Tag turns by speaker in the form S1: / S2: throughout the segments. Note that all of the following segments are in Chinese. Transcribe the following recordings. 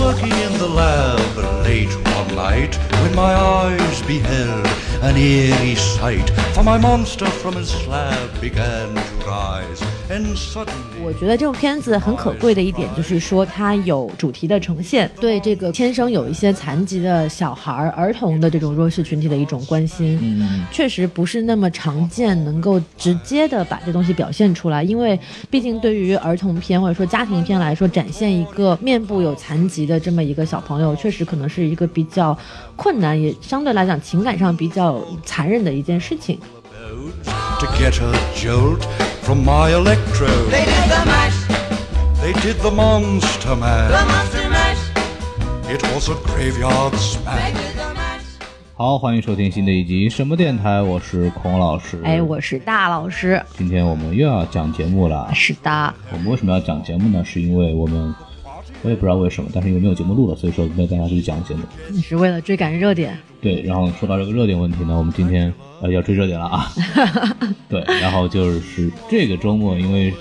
S1: working in the lab late one night when my eyes beheld an eerie sight. For my monster from his slab began to rise, and
S2: 我
S1: suddenly.
S2: 觉得这部片子很可贵的一点就是说，它有主题的呈现，对这个天生有一些残疾的小孩儿、儿童的这种弱势群体的一种关心。
S3: 嗯，
S2: 确实不是那么常见，能够直接的把这东西表现出来，因为毕竟对于儿童片或者说家庭片来说，展现一个面部有残疾的这么一个小朋友，确实可能是一个比较困难，也相对来讲情感上比较残忍的一件事情。
S1: To get a jolt from my electrode,
S4: They did the mash,
S1: they did the monster
S4: the
S1: man.
S4: monster mash.
S1: It was a graveyard smash.
S4: They did the mash.
S3: 好，欢迎收听新的一集什么电台，我是孔老师。
S2: 哎，我是大老师，
S3: 今天我们又要讲节目了。
S2: 是的，
S3: 我们为什么要讲节目呢？是因为我们，我也不知道为什么，但是因为没有节目录了，所以说没有带大家去讲节目。
S2: 你是为了追赶热点，
S3: 对，然后说到这个热点问题呢，我们今天呃要追热点 了啊。对，然后就是这个周末，因为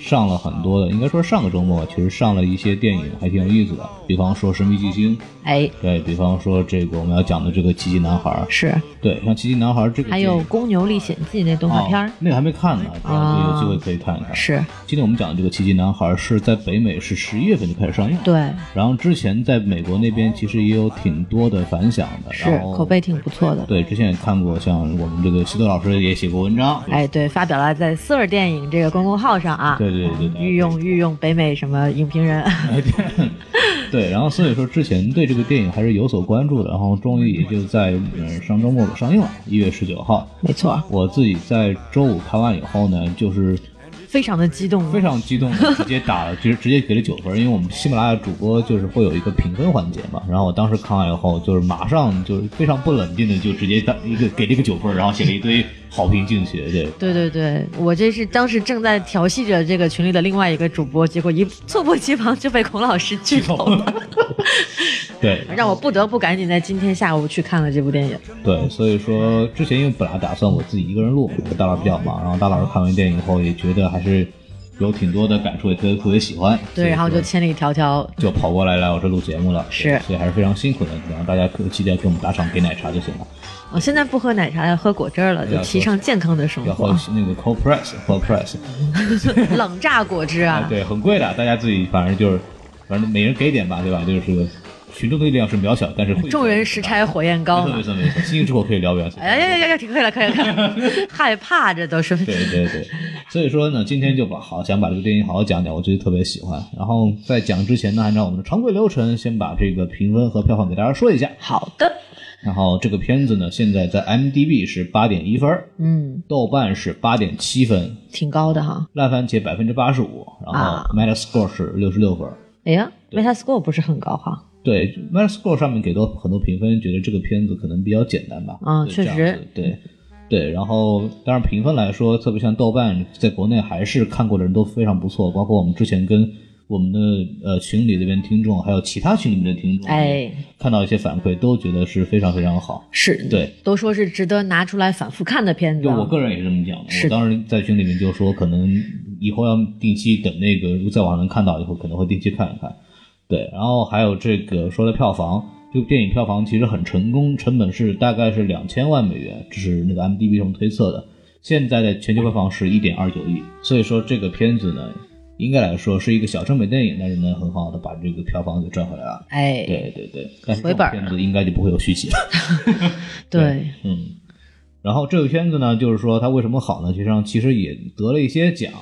S3: 上了很多的，应该说上个周末其实上了一些电影，还挺有意思的，比方说《神秘巨星》，
S2: 哎，
S3: 对比方说这个我们要讲的这个《奇迹男孩》，
S2: 是，
S3: 对，像《奇迹男孩》这个
S2: 还有
S3: 电
S2: 《
S3: 影
S2: 公牛历险记》那动画片儿、啊
S3: 哦那个还没看呢，然后有机会可以看一看。
S2: 是
S3: 今天我们讲的这个《奇迹男孩》是在北美是十一月份就开始上映，。
S2: 对，
S3: 然后之前在美国那边其实也有挺多的反响的，
S2: 是
S3: 然后
S2: 口碑挺不错的。
S3: 对，之前也看过，像我们这个西多老师也写过文章，
S2: 哎，对，发表了在 Sir 电影这个公众号上啊，
S3: 对对对对
S2: 御用御用北美什么影评 人，
S3: 对，然后所以说之前对这个电影还是有所关注的，然后终于也就在嗯上周末上映了，一月十九号。
S2: 没错，
S3: 我自己在周五看完以后呢，就是
S2: 非常的激动，
S3: 非常激动的，直接打了，直直接给了九分，因为我们喜马拉雅主播就是会有一个评分环节嘛。然后我当时看完以后，就是马上就是非常不冷静的就直接打一个给了一个九分，然后写了一堆好评进去，对。
S2: 对对对，我这是当时正在调戏着这个群里的另外一个主播，结果一猝不及防就被孔老师剧透了，
S3: 对，
S2: 让我不得不赶紧在今天下午去看了这部电影。
S3: 对，所以说之前因为本来打算我自己一个人录，大老师比较忙，然后大老师看完电影以后也觉得还是有挺多的感触，也特别特别喜欢，所以
S2: 对，然后
S3: 说
S2: 就千里迢迢，
S3: 就跑过来来我这录节目了，
S2: 是
S3: 所以还是非常辛苦的，然后大家可记得给我们打赏，给奶茶就行了，
S2: 我哦现在不喝奶茶，要喝果汁儿了，
S3: 对
S2: 就
S3: 要
S2: 提倡健康的生
S3: 要喝
S2: 活，
S3: 那个 cold press cold press，
S2: 冷榨果汁
S3: 啊
S2: 啊，
S3: 对，很贵的，大家自己反正就是反正每人给点吧，对吧？就是群众的力量是渺小，但是会
S2: 众人拾柴火焰高
S3: 没
S2: 嘛
S3: 错没。错没错，星星之火可以燎原，
S2: 哎呀呀呀呀！可以了，可以了，可以了害怕这都是。
S3: 对对对，所以说呢，今天就把好想把这个电影好好讲讲，我觉得特别喜欢。然后在讲之前呢，按照我们的常规流程，先把这个评分和票房给大家说一下。
S2: 好的，
S3: 然后这个片子呢，现在在 m d b 是八点一分儿，
S2: 嗯，
S3: 豆瓣是八点七分，
S2: 挺高的哈。
S3: 烂番茄百分之八十五，然
S2: 啊
S3: 后 Metascore 是六十六分儿。
S2: 哎呀，Metascore 不是很高哈。
S3: 对 Metascore 上面给到很多评分，觉得这个片子可能比较简单吧。
S2: 嗯
S3: 就这样子
S2: 确实
S3: 对对。然后，当然评分来说，特别像豆瓣，在国内还是看过的人都非常不错，包括我们之前跟我们的呃群里这边听众，还有其他群里面的听众，
S2: 哎，
S3: 看到一些反馈，都觉得是非常非常好。
S2: 是，
S3: 对，
S2: 都说是值得拿出来反复看的片子
S3: 就
S2: 啊。
S3: 我个人也是这么讲的，
S2: 是
S3: 我当时在群里面就说，可能以后要定期等那个在网上能看到以后，可能会定期看一看。对，然后还有这个说的票房，这部电影票房其实很成功，成本是大概是两千万美元，这是那个 m d b 上推测的。现在的全球票房是一点二九亿，所以说这个片子呢，应该来说是一个小成本电影，但是呢，很好的把这个票房给赚回来了。
S2: 哎，
S3: 对对对，但是这
S2: 回本
S3: 种
S2: 儿
S3: 片子应该就不会有续集了。
S2: 对，
S3: 嗯，然后这个片子呢，就是说它为什么好呢？其实上其实也得了一些奖，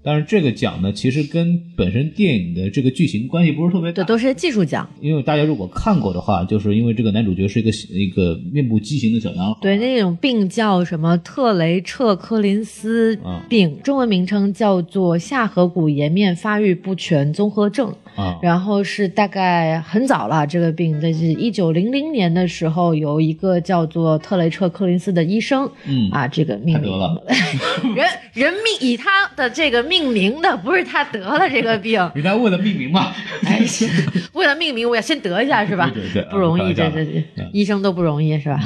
S3: 但是这个奖呢，其实跟本身电影的这个剧情关系不是特别
S2: 这
S3: 大。
S2: 都是些技术奖。
S3: 因为大家如果看过的话，就是因为这个男主角是一个一个面部畸形的小男孩，
S2: 对，那种病叫什么特雷彻柯林斯
S3: 嗯
S2: 病，中文名称叫做下颌骨颜面发育不全综合症。
S3: 啊，
S2: 然后是大概很早了，这个病，在是一九零零年的时候，由一个叫做特雷彻·柯林斯的医生，
S3: 嗯
S2: 啊，这个
S3: 他
S2: 命
S3: 得
S2: 名
S3: 了，，
S2: 人人命以他的这个命名的，不是他得了这个病
S3: 人家为了命名嘛，
S2: 哎，为了命名，我要先得一下是吧？
S3: 对对对啊
S2: 不容易，
S3: 开
S2: 这
S3: 玩笑
S2: 这
S3: 的
S2: 这
S3: 嗯
S2: 医生都不容易是吧？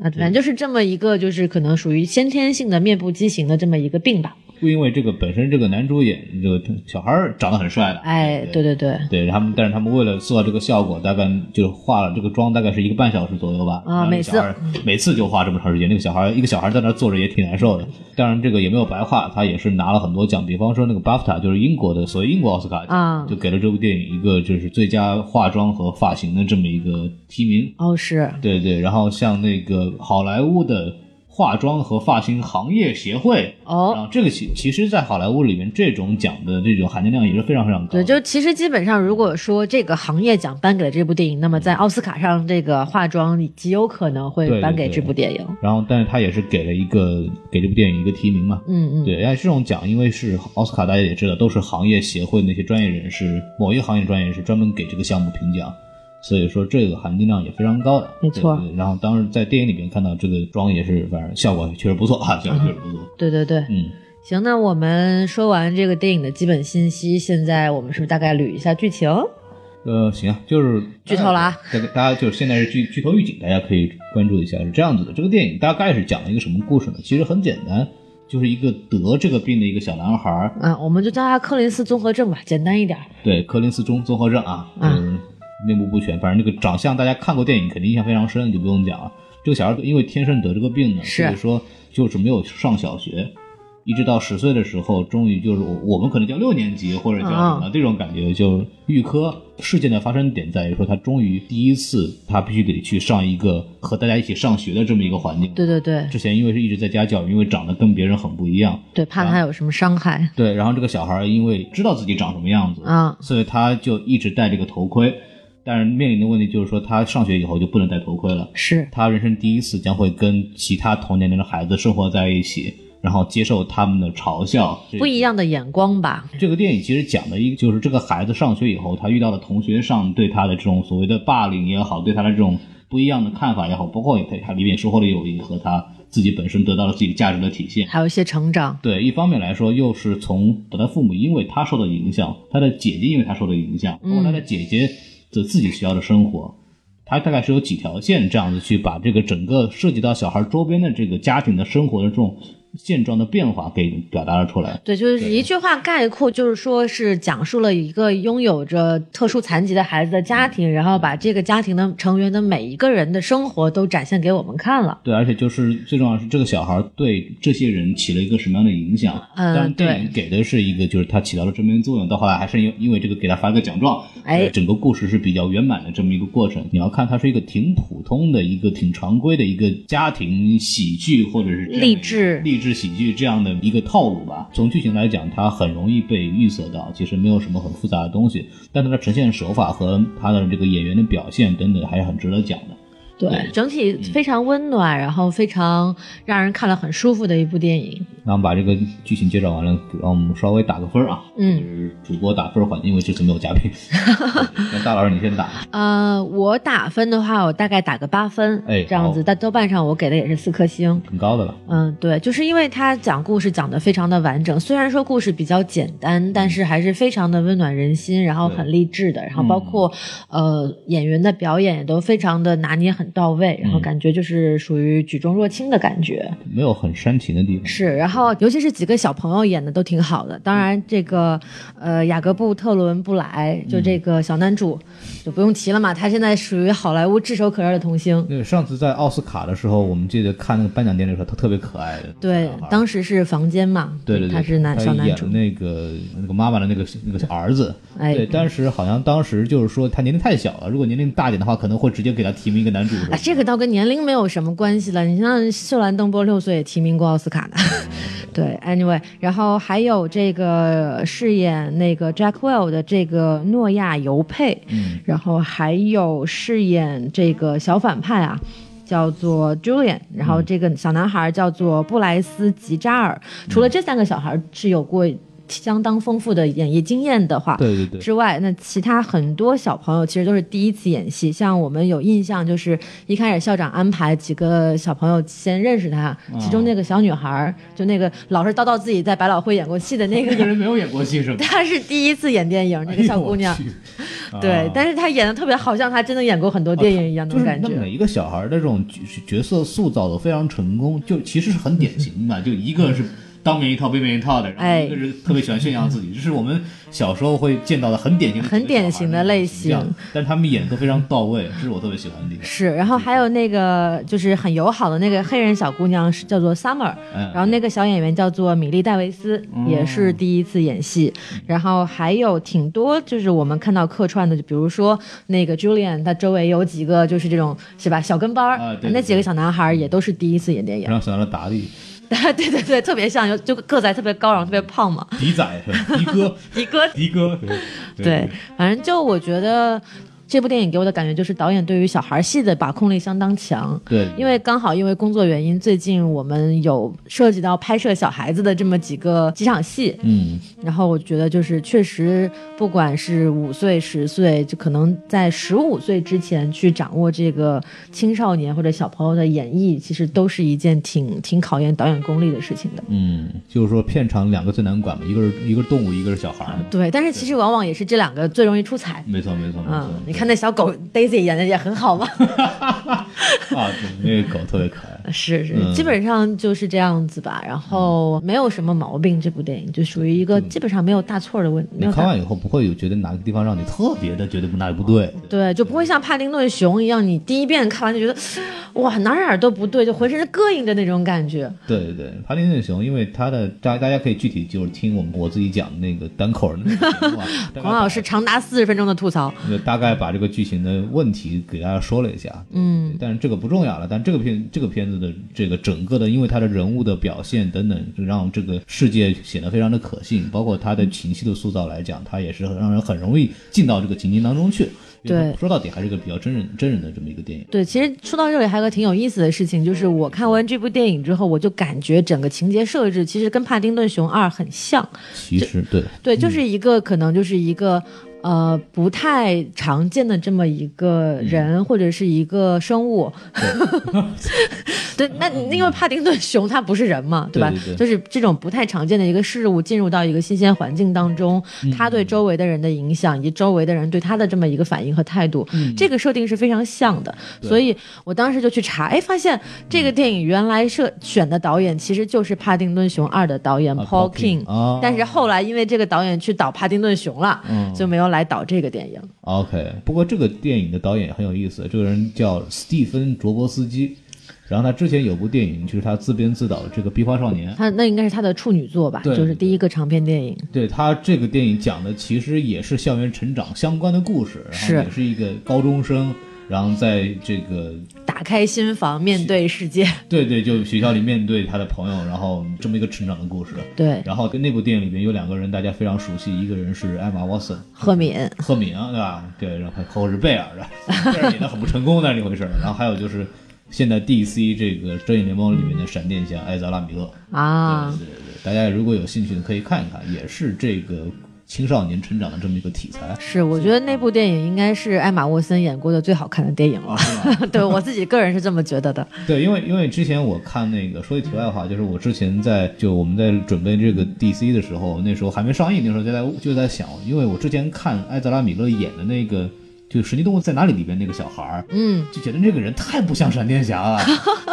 S2: 啊，反正就是这么一个，就是可能属于先天性的面部畸形的这么一个病吧。
S3: 不因为这个本身这个男主演这个小孩儿长得很帅的，
S2: 哎，对
S3: 对
S2: 对对，
S3: 对，他们但是他们为了塑造这个效果，大概就化了这个妆，大概是一个半小时左右吧。
S2: 啊
S3: 然后那
S2: 每
S3: 个
S2: 次
S3: 小孩儿每次就花这么长时间，那个小孩儿一个小孩儿在那儿坐着也挺难受的。当然这个也没有白画，他也是拿了很多奖，比方说那个 BAFTA 就是英国的所谓英国奥斯卡奖
S2: 啊
S3: 就给了这部电影一个就是最佳化妆和发型的这么一个提名。
S2: 哦是，
S3: 对对，然后像那个好莱坞的化妆和发型行业协会，然
S2: 哦。
S3: 后这个其其实，在好莱坞里面，这种奖的这种含金量也是非常非常高
S2: 对，
S3: 的。
S2: 嗯就其实基本上，如果说这个行业奖颁给了这部电影，那么在奥斯卡上，这个化妆极有可能
S3: 对
S2: 会
S3: 对
S2: 颁给
S3: 对
S2: 这部电影。
S3: 然后，但是他也是给了一个给这部电影一个提名嘛。
S2: 嗯嗯，
S3: 对，哎，这种奖因为是奥斯卡，大家也知道，都是行业协会那些专业人士，某一个行业专业人士专门给这个项目评奖，所以说这个含金量也非常高的。
S2: 没错
S3: 对对对然后当时在电影里面看到这个妆也是，反正效果确实不错啊，效
S2: 嗯
S3: 果确实不错。
S2: 对对对，
S3: 嗯，
S2: 行，那我们说完这个电影的基本信息，现在我们是不是大概捋一下剧情？
S3: 呃，行啊，就是
S2: 剧透了啊
S3: 大家大家就是现在是剧剧透预警，大家可以关注一下。是这样子的，这个电影大概是讲了一个什么故事呢？其实很简单，就是一个得这个病的一个小男孩儿，
S2: 啊，我们就叫它柯林斯综合症吧，简单一点儿。
S3: 对柯林斯综综合症啊，
S2: 啊
S3: 就是面部不全，反正这个长相大家看过电影肯定印象非常深，就不用讲了。这个小孩因为天生得这个病呢，
S2: 是
S3: 所以说就是没有上小学，一直到十岁的时候，终于就是我我们可能叫六年级或者叫什么、
S2: 嗯
S3: 这种感觉，就是预科事件的发生点在于说他终于第一次他必须得去上一个和大家一起上学的这么一个环境。
S2: 对对对
S3: 之前因为是一直在家教育，因为长得跟别人很不一样，
S2: 对，怕他有什么伤害
S3: 对，然后这个小孩因为知道自己长什么样子，
S2: 啊。
S3: 所以他就一直戴这个头盔。但是面临的问题就是说，他上学以后就不能戴头盔了。
S2: 是，
S3: 他人生第一次将会跟其他同年龄的孩子生活在一起，然后接受他们的嘲笑。
S2: 不一样的眼光吧？
S3: 这个电影其实讲的一就是这个孩子上学以后，他遇到了同学上对他的这种所谓的霸凌也好，对他的这种不一样的看法也好，包括他他里面收获的友谊和他自己本身得到了自己价值的体现。
S2: 还有一些成长，
S3: 对，一方面来说，又是从他的父母因为他受的影响，他的姐姐因为他受的影响，包括他的姐姐的自己学校的生活，他大概是有几条线这样子去把这个整个涉及到小孩周边的这个家庭的生活的这种现状的变化给表达了出来。
S2: 对，就是一句话概括，就是说是讲述了一个拥有着特殊残疾的孩子的家庭，然后把这个家庭的成员的每一个人的生活都展现给我们看了。
S3: 对，而且就是最重要的是，这个小孩对这些人起了一个什么样的影响？
S2: 嗯
S3: 当然，电影给的是一个，就是他起到了正面作用。到后来还是因因为这个给他发了个奖状，
S2: 哎
S3: 呃整个故事是比较圆满的这么一个过程。你要看，它是一个挺普通的一个、挺常规的一个家庭喜剧或者是这样的一
S2: 励
S3: 个
S2: 志
S3: 励志喜剧这样的一个套路吧。从剧情来讲，它很容易被预测到，其实没有什么很复杂的东西，但它的呈现手法和它的这个演员的表现等等，还是很值得讲的。对
S2: 对，整体非常温暖，然后非常让人看了很舒服的一部电影。
S3: 那我们把这个剧情介绍完了，让我们稍微打个分儿啊。
S2: 嗯
S3: 就是主播打分儿环节，因为这次没有嘉宾。 那大老师你先打，
S2: 呃，我打分的话，我大概打个八分，
S3: 哎
S2: 这样
S3: 好
S2: 子。在豆瓣上我给的也是四颗星。
S3: 挺高的了。
S2: 嗯，对，就是因为他讲故事讲得非常的完整，虽然说故事比较简单，
S3: 嗯
S2: 但是还是非常的温暖人心，然后很励志的，然后包括、呃演员的表演也都非常的拿捏很到位，然后
S3: 嗯
S2: 感觉就是属于举重若轻的感觉。
S3: 没有很煽情的地方。
S2: 是，然后尤其是几个小朋友演的都挺好的。
S3: 嗯
S2: 当然，这个呃雅各布·特伦布莱就
S3: 嗯
S2: 这个小男主、就不用提了嘛，他现在属于好莱坞炙手可热的童星。
S3: 那上次在奥斯卡的时候，我们记得看那个颁奖典礼的时候，他特别可爱的。
S2: 对
S3: 小孩，儿
S2: 当时是房间嘛，
S3: 对对对，
S2: 他是男小男
S3: 演
S2: 主
S3: 了，那个那个妈妈的那个那个儿子。
S2: 哎
S3: 对，当时好像当时就是说他年龄太小了，如果年龄大一点的话，可能会直接给他提名一个男主。
S2: 啊，这个倒跟年龄没有什么关系了。你像秀兰·邓波六岁也提名过奥斯卡呢。 对，anyway，然后还有这个饰演那个 Jack Well 的这个诺亚·尤佩，
S3: 嗯
S2: 然后还有饰演这个小反派啊。叫做 Julian，然
S3: 嗯
S2: 后这个小男孩叫做布莱斯吉扎尔。除
S3: 嗯
S2: 了这三个小孩是有过相当丰富的演艺经验的话，
S3: 对对对，
S2: 之外，那其他很多小朋友其实都是第一次演戏。像我们有印象，就是一开始校长安排几个小朋友先认识他，
S3: 嗯
S2: 其中那个小女孩儿，就那个老是叨叨自己在百老汇演过戏的那
S3: 这个
S2: 个。
S3: 人没有演过戏是吧？
S2: 她是第一次演电影，那个小姑
S3: 哎
S2: 娘，对，但是她演的特别好像她真的演过很多电影一样，那
S3: 啊哦
S2: 种
S3: 就是
S2: 感
S3: 那
S2: 觉。
S3: 每一个小孩儿的这种角角色塑造的非常成功，就其实是很典型的，就一个是当面一套，背面一套的，然
S2: 哎
S3: 后一个人特别喜欢炫耀自己，这是我们小时候会见到的很典型的、
S2: 很典型的类型，
S3: 但他们演的都非常到位，这是我特别喜欢的地方。
S2: 是，然后还有那个就是很友好的那个黑人小姑娘是叫做 Summer，
S3: 嗯
S2: 然后那个小演员叫做米莉戴维斯，也是第一次演戏。然后还有挺多就是我们看到客串的，就比如说那个 Julian，他周围有几个就是这种是吧小跟班儿、
S3: 啊对
S2: 那
S3: 对嗯
S2: 几个小男孩儿也都是第一次演电影
S3: 非。常喜欢了达利，
S2: 对对对，特别像，就就个子还特别高，然后特别胖嘛，
S3: 迪仔，迪 哥，
S2: 一个
S3: 迪哥，对
S2: 对，反正就我觉得这部电影给我的感觉就是导演对于小孩戏的把控力相当强。
S3: 对，
S2: 因为刚好因为工作原因，最近我们有涉及到拍摄小孩子的这么几个几场戏，
S3: 嗯，
S2: 然后我觉得就是确实，不管是五岁、十岁，就可能在十五岁之前去掌握这个青少年或者小朋友的演绎，其实都是一件挺挺考验导演功力的事情的。
S3: 嗯，就是说片场两个最难管嘛，一个是一个是动物，一个是小孩儿嘛。
S2: 对，但是其实往往也是这两个最容易出彩。
S3: 没错，没错，没错。
S2: 嗯，你看那小狗 Daisy 演的也很好嘛。
S3: 嗯啊，对，那个狗特别可 爱。
S2: 是是，
S3: 嗯
S2: 基本上就是这样子吧。然后没有什么毛病，这部电影就属于一个基本上没有大错的问，没
S3: 嗯你
S2: 有
S3: 看
S2: 大
S3: 完以后不会有觉得哪个地方让你特别的觉得哪里不对，
S2: 对，就不会像《帕丁顿熊》一样，你第一遍看完就觉得，哇，哪哪儿都不对，就浑身是膈应的那种感觉。
S3: 对对对，帕丁顿熊，因为他的大大家可以具体就是听我们我自己讲的那个单口儿的那个节目 啊大概
S2: 黄老师
S3: 把
S2: 长达四十分钟的吐槽，
S3: 呃大概把这个剧情的问题给大家说了一下，嗯，但是这个不重要了。但这个片这个片子的这个整个的，因为他的人物的表现等等，就让这个世界显得非常的可信，包括他的情绪的塑造来讲，他也是很让人很容易进到这个情境当中去。因为
S2: 对
S3: 说到底还是个比较真人真人的这么一个电影。
S2: 对，其实说到这里还有个挺有意思的事情，就是我看完这部电影之后，我就感觉整个情节设置其实跟《帕丁顿熊二》很像，
S3: 其实对，
S2: 对，就是一个、可能就是一个呃不太常见的这么一个人、
S3: 嗯
S2: 或者是一个生 物。对，那因为帕丁顿熊它不是人嘛，吧？
S3: 嗯对对对
S2: 就是这种不太常见的一个事物进入到一个新鲜环境当中，
S3: 嗯
S2: 它对周围的人的影响以及周围的人对它的这么一个反应和态度，
S3: 嗯
S2: 这个设定是非常像的。所以我当时就去查，哎，发现这个电影原来设选的导演其实就是《帕丁顿熊二》的导演
S3: 啊
S2: Paul
S3: Paul King，
S2: King，
S3: 啊
S2: 但是后来因为这个导演去导《帕丁顿熊》了，
S3: 嗯
S2: 就没有来导这个电影。
S3: OK，不过这个电影的导演很有意思，这个人叫斯蒂芬·卓伯斯基，然后他之前有部电影就是他自编自导的这个《壁花少年》，
S2: 他那应该是他的处女作吧，
S3: 对
S2: 就是第一个长篇电影。
S3: 对他这个电影讲的其实也是校园成长相关的故事，然
S2: 是
S3: 后也是一个高中生，然后在这个
S2: 打开心房，面对世界。
S3: 对对，就学校里面对他的朋友，然后这么一个成长的故事。
S2: 对，
S3: 然后跟那部电影里面有两个人大家非常熟悉，一个人是艾玛·沃森，
S2: 赫敏，
S3: 赫敏啊，对吧？对，然后后啊是贝尔， 然后贝尔演的很不成功，那是一回事儿。然后还有就是现在 DC 这个正义联盟里面的闪电侠艾泽拉米勒，
S2: 啊，
S3: 对对对，大家如果有兴趣可以看一看，也是这个青少年成长的这么一个题材。
S2: 是，我觉得那部电影应该是艾玛沃森演过的最好看的电影了。
S3: 哦
S2: 对我自己个人是这么觉得的。
S3: 对，因为因为之前我看那个，说句题外话，就是我之前在就我们在准备这个 DC 的时候，那时候还没上映，那时候就在就在想，因为我之前看艾泽拉米勒演的那个。就《神奇动物在哪里》里边那个小孩儿，
S2: 嗯，
S3: 就觉得那个人太不像闪电 侠了，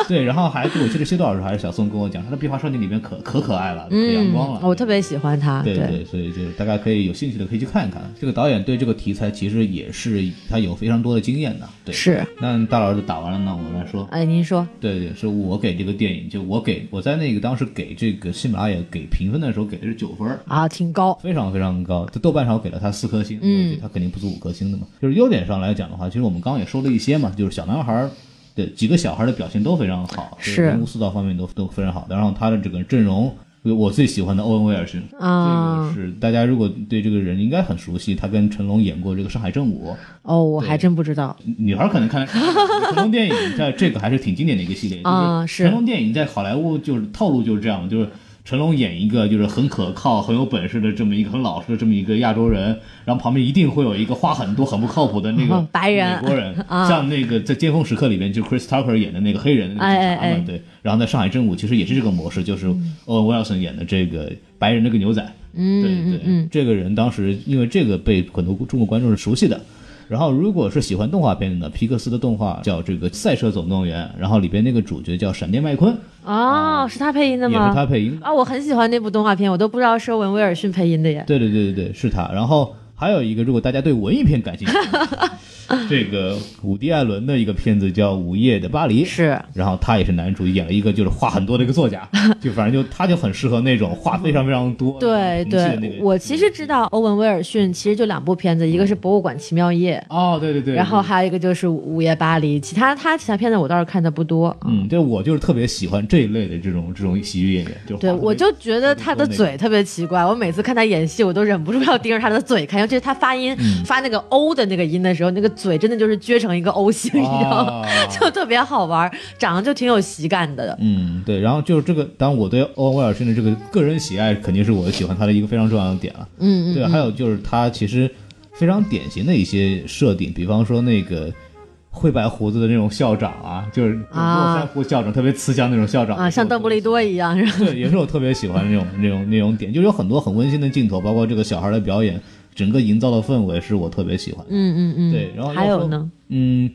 S3: 对，然后还我记得修道老师还是小宋跟我讲，他的《壁花少年》里面可可可爱了，可阳
S2: 嗯
S3: 光了，，
S2: 我特别喜欢他。
S3: 对对，所以就是大家可以有兴趣的可以去看一看，这个导演对这个题材其实也是他有非常多的经验的，对。
S2: 是。
S3: 那大老师打完了呢，我来说，
S2: 哎，您说，
S3: 对对，是我给这个电影，就我给我在那个当时给这个喜马拉雅给评分的时候给的是九分儿，
S2: 啊，挺高。
S3: 非常非常高。在豆瓣上我给了他四颗星，嗯，他肯定不足五颗星的嘛。就是优点上来讲的话，其实我们刚刚也说了一些嘛，就是小男孩儿的几个小孩儿的表现都非常好，就是人物塑造方面都都非常好的。然后他的这个阵容，我最喜欢的欧文威尔逊。这
S2: 啊
S3: 个，是大家如果对这个人应该很熟悉，他跟成龙演过这个《上海正午
S2: 哦，我还真不知道。》，
S3: 女孩儿可 能看成龙电影，在这个还是挺经典的一个系列。
S2: 啊
S3: 就是
S2: 是
S3: 成龙电影在好莱坞就是套路就是这样，就是成龙演一个就是很可靠、很有本事的这么一个很老实的这么一个亚洲人，然后旁边一定会有一个话很多、很不靠谱的那个
S2: 嗯白人
S3: 美国人，
S2: 啊
S3: 像那个在《尖峰时刻》里面就 Chris Tucker 演的那个黑人的那个警察嘛，
S2: 哎哎嗯哎
S3: 对。然后在《上海正午》其实也是这个模式，就是欧文威尔森演的这个白人那个牛仔。对
S2: 嗯
S3: 对，这个人当时因为这个被很多中国观众是熟悉的。然后如果是喜欢动画片的呢，皮克斯的动画叫这个《赛车总动员》，然后里边那个主角叫闪电麦昆，
S2: 哦，是他配音的
S3: 啊也
S2: 吗？
S3: 是他配音的。
S2: 啊，我很喜欢那部动画片，我都不知道是欧文威尔逊配音的耶。
S3: 对对对对对，是他。然后还有一个，如果大家对文艺片感兴趣，这个伍迪·艾伦的一个片子叫《午夜的巴黎》，
S2: 是，
S3: 然后他也是男主，演了一个就是话很多的一个 作家，就反正就他就很适合那种话非常非常多。
S2: 对
S3: 很精细的
S2: 对
S3: 那，个
S2: 我其实知道欧文威尔逊其实就两部片子，一个是《博物馆奇妙夜
S3: 哦，对对对，》，
S2: 然后
S3: 对
S2: 还有一个就是《午夜巴黎》，其他他其他片子我倒是看的不多。
S3: 嗯，对我就是特别喜欢这一类的这种这种喜剧演员，就啊
S2: 对，
S3: 话特别
S2: 我就觉得他的
S3: 我就说那
S2: 嘴特别奇怪，我每次看他演戏，我都忍不住要盯着他的嘴看，尤其是他发音、
S3: 嗯
S2: 发那个 O 的那个音的时候，那个嘴真的就是撅成一个 O 型一样，
S3: 啊
S2: 就特别好玩，长得就挺有喜感的。
S3: 嗯，对，然后就是这个，当然我对欧文威尔逊的这个个人喜爱，肯定是我喜欢他的一个非常重要的点了。
S2: 嗯嗯，
S3: 对，还有就是他其实非常典型的一些设定，比方说那个灰白胡子的那种校长啊，就是
S2: 啊
S3: 络腮胡校长，特别慈祥那种校长
S2: 啊，像邓布利。多一样是吧？
S3: 对，也是我 特别喜欢那种那种那种点，就是有很多很温馨的镜头，包括这个小孩的表演，整个营造的氛围是我特别喜欢。
S2: 嗯嗯嗯，
S3: 对然后
S2: 还
S3: 要
S2: 有
S3: 说
S2: 呢
S3: 嗯，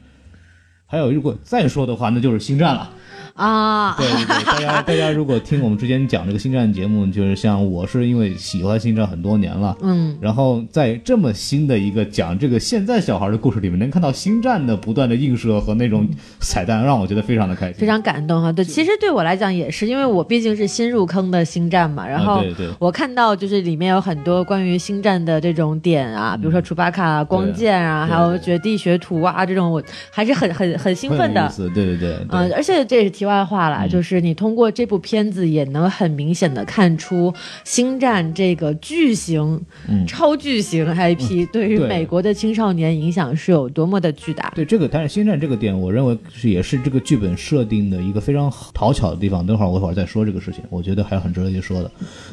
S3: 还有如果再说的话，那就是星战 了。
S2: 啊
S3: 对，对对，大家大家如果听我们之前讲这个星战节目，就是像我是因为喜欢星战很多年了，
S2: 嗯，
S3: 然后在这么新的一个讲这个现在小孩的故事里面，能看到星战的不断的映射和那种彩蛋，让我觉得非常的开心。
S2: 非常感动哈。对，其实对我来讲也是，因为我毕竟是新入坑的星战嘛，然后
S3: 啊对对
S2: 我看到就是里面有很多关于星战的这种点啊，比如说楚巴卡啊、光剑啊，
S3: 嗯对
S2: 还有绝地学徒啊这种，我还是很很很兴
S3: 很
S2: 奋
S3: 有意
S2: 的。
S3: 思，对嗯对对，对
S2: 嗯，而且这也是题外话啦，就是你通过这部片子也能很明显的看出《星战》这个巨型、
S3: 嗯
S2: 超巨型 IP、对于
S3: 对
S2: 美国的青少年影响是有多么的巨大。
S3: 对这个，但是星战这个点，我认为是也是这个剧本设定的一个非常好讨巧的地方。等会儿我一会儿再说这个事情，我觉得还有很值得一说的。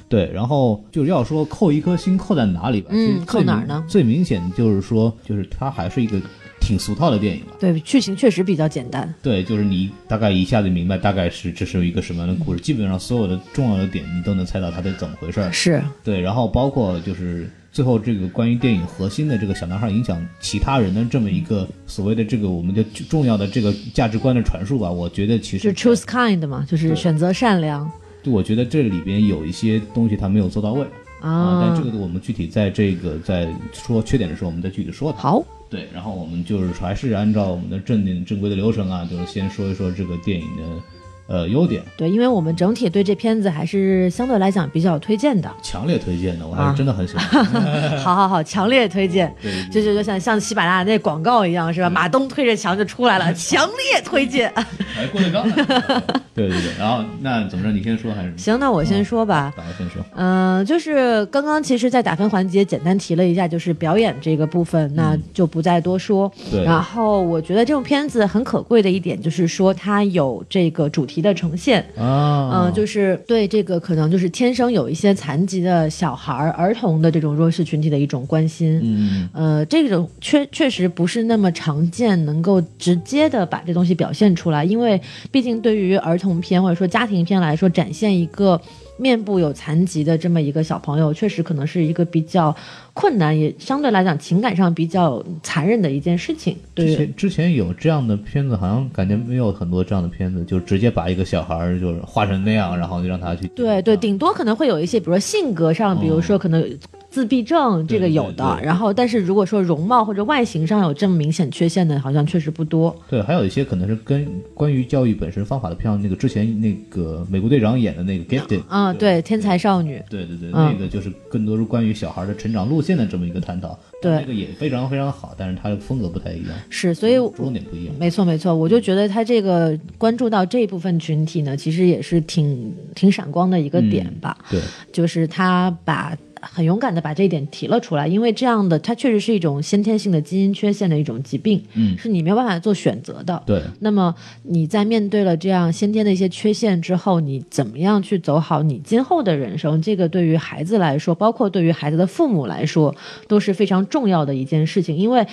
S3: 对，然后就要说扣一颗星扣在哪里吧，
S2: 嗯
S3: 其实最
S2: 扣哪儿
S3: 明
S2: 呢
S3: 最明显的就是说，就是它还是一个挺俗套的电影吧。
S2: 对，剧情确实比较简单。
S3: 对，就是你大概一下子明白大概是这是一个什么样的故事，基本上所有的重要的点你都能猜到它得怎么回事儿。
S2: 是，
S3: 对，然后包括就是最后这个关于电影核心的这个小男孩影响其他人的这么一个所谓的这个我们的重要的这个价值观的传述吧，我觉得其
S2: 就
S3: 实
S2: choose kind 嘛，就是选择善良
S3: 我觉得这里边有一些东西他没有做到位啊，但
S2: 啊
S3: 这。个我们具体在这个在说缺点的时候，我们再具体说它。
S2: 好，
S3: 对，然后我们就是还是按照我们的正定正规的流程啊，就是先说一说这个电影的呃优点，
S2: 对，因为我们整体对这片子还是相对来讲比较推荐的。
S3: 强烈推荐的，我还
S2: 啊
S3: 是真的很喜 欢。
S2: 好好好，强烈推荐。
S3: 对对
S2: 就就就像像喜马拉雅那广告一样，是吧？马东推着墙就出来了， 强烈推荐。
S3: 还郭德纲呢。 对对对，然后那怎么着？你先说还是？
S2: 行，那我
S3: 嗯
S2: 先说吧。
S3: 打个先说。
S2: 嗯、就是刚刚其实，在打分环节简单提了一下，就是表演这个部分，那就不再多说。
S3: 对
S2: 然后我觉得这部片子很可贵的一点，就是说它有这个主题的呈现。
S3: 啊
S2: 嗯，就是对这个可能就是天生有一些残疾的小孩儿、儿童的这种弱势群体的一种关心。
S3: 嗯，
S2: 呃，这种确确实不是那么常见，能够直接的把这东西表现出来，因为毕竟对于儿童片或者说家庭片来说，展现一个面部有残疾的这么一个小朋友，确实可能是一个比较困难，也相对来讲情感上比较残忍的一件事情。对
S3: 之
S2: 于
S3: 前之前有这样的片子，好像感觉没有很多这样的片子，就直接把一个小孩儿就是画成那样，然后就让他去
S2: 对对，顶多可能会有一些，比如说性格上，比如说可能有自闭症这
S3: 哦对
S2: 个
S3: 对
S2: 有的，
S3: 对
S2: 然后但是如果说容貌或者外形上有这么明显缺陷的，好像确实不多。
S3: 对，还有一些可能是跟关于教育本身方法的，像那个之前那个美国队长演的那个 Gifted，
S2: 啊、对，天才少女，
S3: 对对对，
S2: 嗯
S3: 那个就是更多是关于小孩的成长路线的这么一个探讨，
S2: 对
S3: 那个也非常非常好，但是他的风格不太一样，
S2: 是，所以我
S3: 着重点不一样。
S2: 没错没错，我就觉得他这个关注到这一部分群体呢，其实也是挺挺闪光的一个点吧，
S3: 对，
S2: 就是他把。很勇敢的把这一点提了出来，因为这样的它确实是一种先天性的基因缺陷的一种疾病，
S3: 嗯
S2: 是你没有办法做选择的。
S3: 对，
S2: 那么你在面对了这样先天的一些缺陷之后，你怎么样去走好你今后的人生？这个对于孩子来说，包括对于孩子的父母来说，都是非常重要的一件事情，因为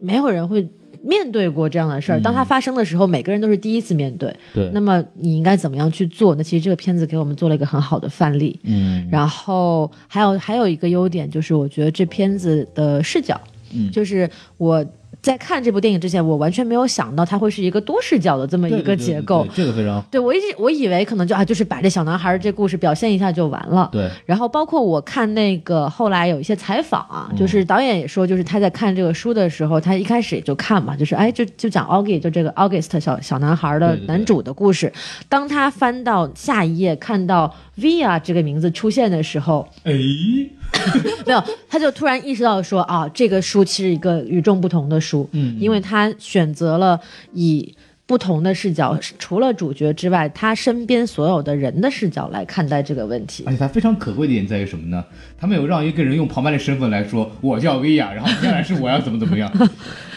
S2: 没有人会。面对过这样的事儿，当它发生的时候，每个人都是第一次面对。
S3: 对
S2: 那么你应该怎么样去做？那其实这个片子给我们做了一个很好的范例。
S3: 嗯，
S2: 然后还有还有一个优点就是，我觉得这片子的视角
S3: 嗯
S2: 就是我在看这部电影之前，我完全没有想到它会是一个多视角的这么
S3: 对
S2: 一个结构。
S3: 对对对这个非常
S2: 对我一直我以为可能就啊，就是把这小男孩儿这故事表现一下就完了。
S3: 对，
S2: 然后包括我看那个后来有一些采访啊，
S3: 嗯
S2: 就是导演也说，就是他在看这个书的时候，他一开始也就看嘛，就是哎，就就讲 Augie 就这个 August 小小男孩的
S3: 对对对
S2: 男主的故事。当他翻到下一页，看到 Via 这个名字出现的时候，
S4: 哎，
S2: 没有，他就突然意识到说啊，这个书其实一个与众不同的书，
S3: 嗯
S2: 因为他选择了以不同的视角，除了主角之外，他身边所有的人的视角来看待这个问题
S3: 而。且它非常可贵的一点在于什么呢？他没有让一个人用旁白的身份来说我叫薇娅，然后接下来是我要怎么怎么样。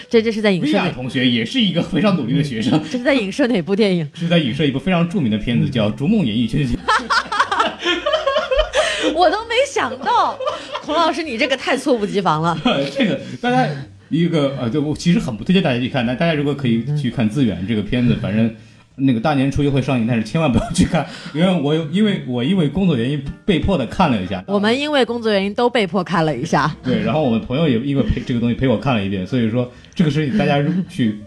S2: 这这是在影
S3: 薇
S2: 射
S3: 娅
S2: 哪？
S3: 同学也是一个非常努力的学生，
S2: 这是在影射哪部电影？
S3: 是在影射一部非常著名的片子叫《逐梦演艺圈》。
S2: 我都没想到， 孔老师你这个太猝不及防了。
S3: 这个大家一个呃，对我其实很不推荐大家去看，但大家如果可以去看《自远》这个片子，反正。那个大年初一会上映，但是千万不要去看，因为我有因为我因为工作原因被迫的看了一下。
S2: 我们因为工作原因都被迫看了一下。
S3: 对，然后我们朋友也因为陪这个东西陪我看了一遍，所以说这个事情大家如去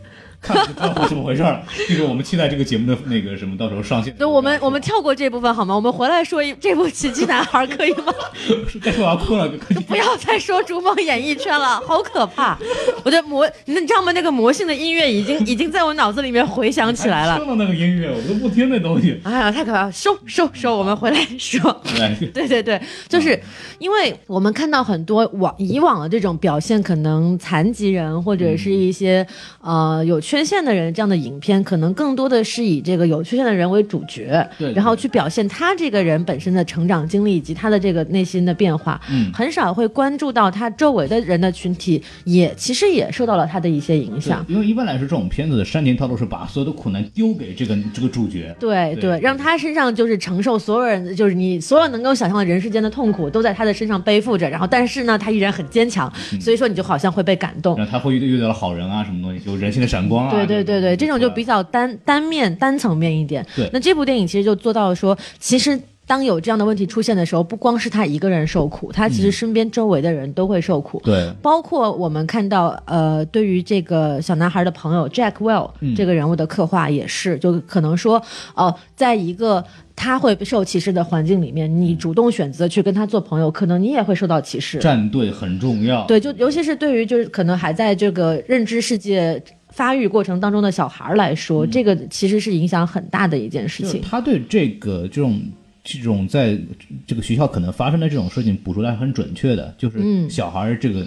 S3: 看就知道怎么回事了。这个我们期待这个节目的那个什么到时候上线。
S2: 对，我们我们跳过这部分好吗？我们回来说一这部《奇迹男孩》可以吗？
S3: 但是我要哭了，可以
S2: 不要再说《逐梦演艺圈》了，好可怕！我的魔，你知道吗？那个魔性的音乐已经已经在我脑子里面回响 起来了。
S3: 听到那个音乐我都不听那东西。
S2: 哎呀，太可怕了！收收收，我们回来说。
S3: 来，
S2: 对 对对，就是
S3: 嗯
S2: 因为我们看到很多往以往的这种表现可能残疾人或者
S3: 嗯
S2: 是一些、呃有缺陷的人这样的影片，可能更多的是以这个有缺陷的人为主角，
S3: 对对
S2: 然后去表现他这个人本身的成长经历以及他的这个内心的变化，
S3: 嗯
S2: 很少会关注到他周围的人的群体也其实也受到了他的一些影
S3: 对
S2: 响。
S3: 因为一般来说这种片子的删减套路是把所有的苦难丢给这个这个主角。
S2: 对
S3: 对
S2: 对，让他身上就是承受所有人的，就是你所有能够想象的人世间的痛苦都在他的身上背负着，然后但是呢，他依然很坚强，所以说你就好像会被感动。
S3: 然后他会遇到遇到了好人啊，什么东西，有人性的闪光啊。
S2: 对对对对，这种就比较单单面单层面一点。
S3: 对
S2: 那这部电影其实就做到了说，其实当有这样的问题出现的时候，不光是他一个人受苦，他其实身边周围的人都会受苦。
S3: 对
S2: 包括我们看到，呃，对于这个小男孩的朋友 Jack Well、这
S3: 嗯
S2: 个人物的刻画也是，就可能说，哦、在一个他会受歧视的环境里面，你主动选择去跟他做朋友，可能你也会受到歧视。
S3: 站队很重要。
S2: 对，就尤其是对于就是可能还在这个认知世界发育过程当中的小孩儿来说，这个其实是影响很大的一件事
S3: 嗯就是
S2: 情。
S3: 他对这个这种这种在这个学校可能发生的这种事情捕捉的还很准确的，就是小孩儿这个，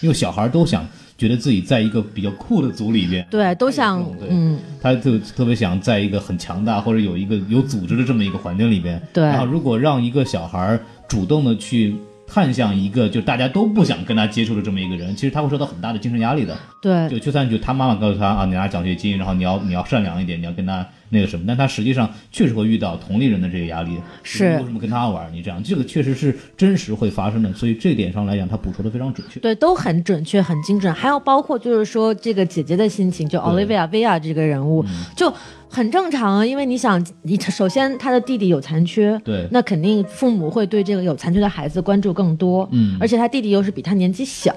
S3: 因为小孩儿都想觉得自己在一个比较酷的组里边，
S2: 对，都想
S3: 对
S2: 嗯，
S3: 他就特别想在一个很强大或者有一个有组织的这么一个环境里边。
S2: 对
S3: 然后如果让一个小孩儿主动的去。看向一个就大家都不想跟他接触的这么一个人，其实他会受到很大的精神压力的。
S2: 对，
S3: 就就算就他妈妈告诉他啊，你拿奖学金，然后你要你要善良一点，你要跟他那个什么，但他实际上确实会遇到同龄人的这个压力，
S2: 是
S3: 你为什么跟他玩？你这样，这个确实是真实会发生的，所以这点上来讲，他捕捉的非常准确。
S2: 对，都很准确、很精准。还有包括就是说这个姐姐的心情，就 Olivia Via 这个人物、
S3: 嗯
S2: 就很正常啊，因为你想，你首先他的弟弟有残缺，
S3: 对
S2: 那肯定父母会对这个有残缺的孩子关注更多，
S3: 嗯
S2: 而且他弟弟又是比他年纪小，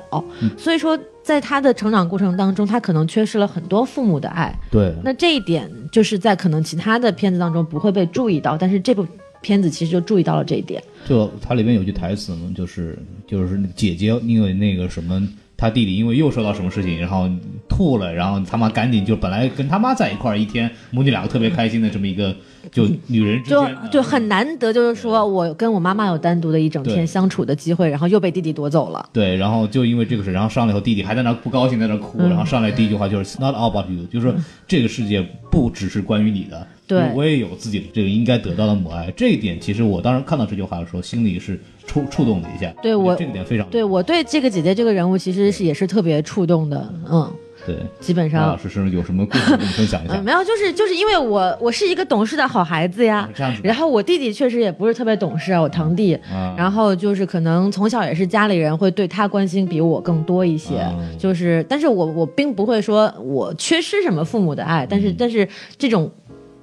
S2: 所以说在他的成长过程当中，他可能缺失了很多父母的爱。
S3: 对
S2: 那这一点就是在可能其他的片子当中不会被注意到，但是这部片子其实就注意到了这一点。
S3: 就它里面有句台词嘛，就是就是那个姐姐因为那个什么，她弟弟因为又受到什么事情，然后吐了，然后他妈赶紧就本来跟他妈在一块儿一天，母女两个特别开心的这么一个，就女人之间
S2: 就
S3: 的
S2: 就很难得，就是说我跟我妈妈有单独的一整
S3: 对
S2: 天相处的机会，然后又被弟弟夺走了。
S3: 对，然后就因为这个事，然后上来以后，弟弟还在那儿不高兴，在那儿哭，
S2: 嗯
S3: 然后上来第一句话就是 "It's "Not all about you"，就是说这个世界不只是关于你的，
S2: 对
S3: 我也有自己的这个应该得到的母爱。这一点，其实我当时看到这句话的时候，心里是触触动了一下。
S2: 对我
S3: 觉得这个点非常
S2: 对我对这个姐姐这个人物其实是也是特别触动的，嗯，
S3: 对。
S2: 基本
S3: 张
S2: 上
S3: 老，师是不是有什么故事跟我们分享一下
S2: 嗯，？没有，就是就是因为我我是一个懂事的好孩子呀
S3: 啊这样子的
S2: 然后我弟弟确实也不是特别懂事啊，我堂弟，
S3: 啊
S2: 然后就是可能从小也是家里人会对他关心比我更多一些，
S3: 啊
S2: 就是但是我我并不会说我缺失什么父母的爱，但是、但是这种。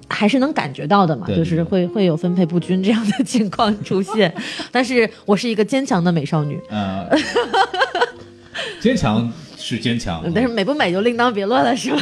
S2: 还是能感觉到的嘛，
S3: 对
S2: 就是会会有分配不均这样的情况出 现，但是我是一个坚强的美少女，
S3: 啊 呃，坚强是坚强，
S2: 但是美不美就另当别论了，是吧？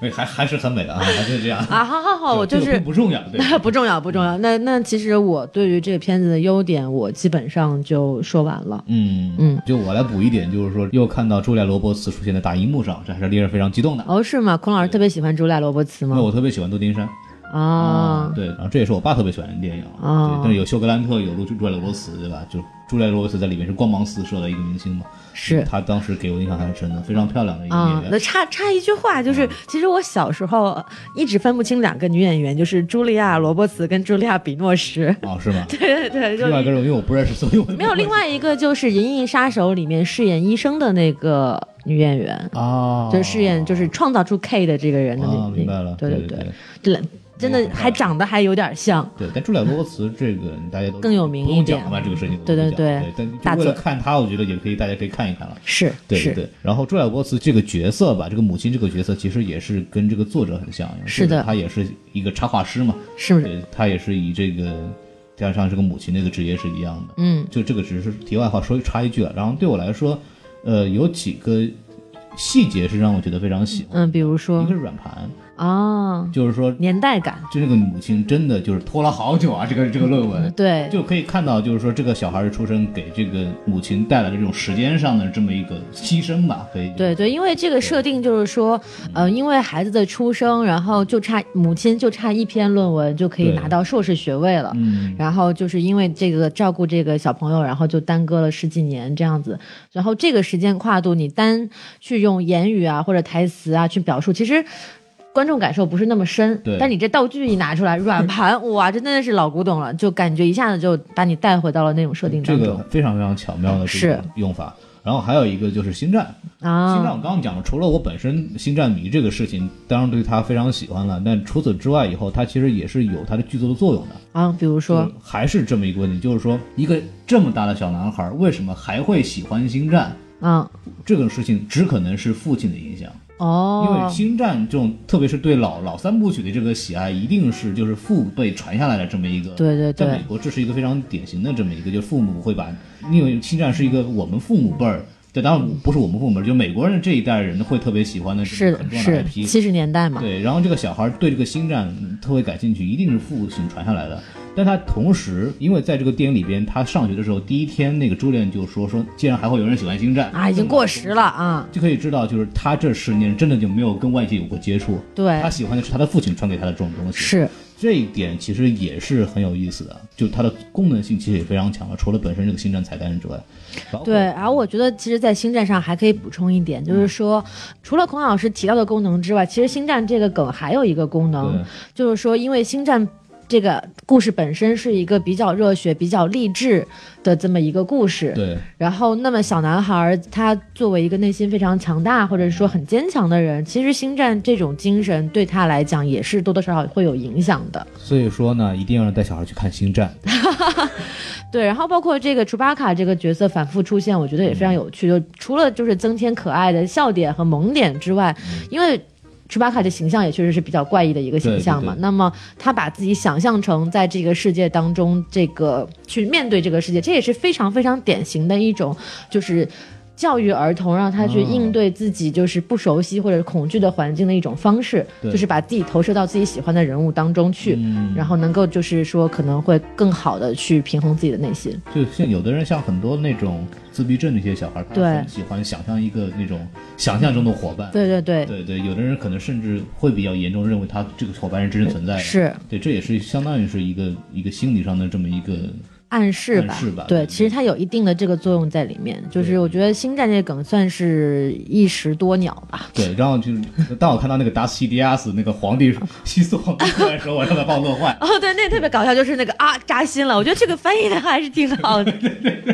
S3: 哎还还是很美的啊，还是这样
S2: 啊，好好好，我就
S3: 这个
S2: 是
S3: 并不重要， 对
S2: 不重要，不重要。那那其实我对于这个片子的优点，我基本上就说完了。
S3: 嗯
S2: 嗯，
S3: 就我来补一点，就是说又看到茱莉亚·罗伯茨出现在大荧幕上，这还是令人非常激动的。
S2: 哦，是吗？孔老师特别喜欢茱莉亚·罗伯茨
S3: 因为
S2: 吗？
S3: 我特别喜欢杜丁山
S2: 啊，
S3: 对，然后这也是我爸特别喜欢的电影，
S2: 哦
S3: 对，但是有休格兰特，有茱茱莉亚·罗伯茨，对吧？就茱莉亚·罗伯茨在里面是光芒四射的一个明星嘛，
S2: 是
S3: 她当时给我印象还是深的，非常漂亮的一个
S2: 啊
S3: 演，员嗯
S2: 那。插插一句话，就是其实我小时候一直分不清两个女演员，就是茱莉亚·罗伯茨跟茱莉亚·比诺什。
S3: 哦，是吗？
S2: 对对对，就
S3: 另外一个人，因为我不认识，所以我
S2: 没有另外一个就是《银翼杀手》里面饰演医生的那个女演员，
S3: 啊，
S2: 就是饰演就是创造出 K 的这个人的那
S3: 啊，
S2: 那
S3: 明白了，
S2: 对
S3: 对
S2: 对
S3: 对。
S2: 对，真的还长得还有点像。
S3: 对，但茱莉亚·罗伯茨这个大家都
S2: 更有名
S3: 不用
S2: 一点
S3: 讲了吧？这个事情
S2: 对对
S3: 不用讲
S2: 对
S3: 对，
S2: 大
S3: 但就为了
S2: 作
S3: 看她，我觉得也可以，大家可以看一看了。
S2: 是
S3: 对
S2: 是
S3: 对，然后茱莉亚·罗伯茨这个角色吧，这个母亲这个角色其实也是跟这个作者很像，因为
S2: 是的
S3: 作者她也是一个插画师嘛，
S2: 是不是？
S3: 对，她也是以这个加上这个母亲那个职业是一样的。
S2: 嗯，
S3: 就这个只是题外话，说插一句啊。然后对我来说，呃，有几个细节是让我觉得非常喜欢，
S2: 嗯，比如
S3: 一
S2: 说
S3: 个是软盘，
S2: 啊，
S3: 就是说
S2: 年代感，
S3: 就这个母亲真的就是拖了好久啊，这个这个论文。
S2: 对，
S3: 就可以看到，就是说这个小孩的出生给这个母亲带来的这种时间上的这么一个牺牲吧，可以
S2: 对对，因为这个设定就是说，呃，因为孩子的出生，然后就差母亲就差一篇论文就可以
S3: 对
S2: 拿到硕士学位了。
S3: 嗯，
S2: 然后就是因为这个照顾这个小朋友，然后就耽搁了十几年这样子。然后这个时间跨度，你单去用言语啊或者台词啊去表述，其实观众感受不是那么深。
S3: 对
S2: 但你这道具一拿出来，软盘哇，这真的是老古董了，就感觉一下子就把你带回到了那种设定
S3: 这
S2: 当
S3: 个
S2: 中、
S3: 非常非常巧妙的这
S2: 是
S3: 个用法。然后还有一个就是星战，星战
S2: 啊。
S3: 我刚刚讲了，除了我本身星战迷这个事情，当然对它非常喜欢了，但除此之外，以后它其实也是有它的剧作的作用的。
S2: 啊，比如说
S3: 就是还是这么一个问题，就是说一个这么大的小男孩，为什么还会喜欢星战？
S2: 啊，
S3: 这个事情只可能是父亲的影响，因为
S2: 哦，
S3: 《星战》这种，特别是对老老三部曲的这个喜爱，一定是就是父辈传下来的这么一个。
S2: 对对对
S3: 在美国，这是一个非常典型的这么一个，就是父母会把，因为《星战》是一个我们父母辈儿，对，当然不是我们父母辈儿，就美国人这一代人会特别喜欢的这
S2: 是
S3: 个很
S2: 的，
S3: 重要的
S2: 是
S3: IP。
S2: 七十年代嘛，
S3: 对，然后这个小孩对这个星战特别感兴趣，一定是父亲传下来的。但他同时，因为在这个电影里边，他上学的时候，第一天那个朱莉安就说说，既然还会有人喜欢星战
S2: 啊，已经过时了啊，
S3: 就可以知道，就是他这十年真的就没有跟外界有过接触。
S2: 对
S3: 他喜欢的是他的父亲传给他的这种东西。
S2: 是
S3: 这一点其实也是很有意思的，就它的功能性其实也非常强了，除了本身这个星战彩蛋之外，包括呃
S2: 对，然后我觉得，其实，在星战上还可以补充一点，就是
S3: 嗯
S2: 说，除了孔老师提到的功能之外，其实星战这个梗还有一个功能
S3: 对，
S2: 就是说，因为星战这个故事本身是一个比较热血、比较励志的这么一个故事，
S3: 对
S2: 然后，那么小男孩儿他作为一个内心非常强大或者说很坚强的人，其实星战这种精神对他来讲也是多多少少会有影响的。
S3: 所以说呢，一定要让带小孩去看星战。
S2: 对，然后包括这个楚巴卡这个角色反复出现，我觉得也非
S3: 嗯
S2: 常有趣。就除了就是增添可爱的笑点和萌点之外，因为。楚巴卡这形象也确实是比较怪异的一个形象嘛。
S3: 嗯对对对
S2: 那么他把自己想象成在这个世界当中，这个去面对这个世界，这也是非常非常典型的一种，就是教育儿童让他去
S3: 啊
S2: 应对自己就是不熟悉或者恐惧的环境的一种方式，
S3: 对
S2: 就是把自己投射到自己喜欢的人物当中去。
S3: 嗯，
S2: 然后能够就是说可能会更好的去平衡自己的内心。
S3: 就像有的人像很多那种自闭症的一些小孩，他
S2: 对
S3: 很喜欢想象一个那种想象中的伙伴。
S2: 对对对，
S3: 对对，有的人可能甚至会比较严重认为他这个伙伴是真实存在的。
S2: 是
S3: 对，这也是相当于是一个一个心理上的这么一个
S2: 暗示吧？
S3: 暗示吧
S2: 对，
S3: 对
S2: 其实它有一定的这个作用在里面。就是我觉得《星战》这梗算是一石多鸟吧。
S3: 对，然后就是当我看到那个达西迪亚斯那个皇帝 西斯皇帝出来的时候，我让他把我乐坏。
S2: 哦，对，那特别搞笑，就是那个啊扎心了。我觉得这个翻译的还是挺好的，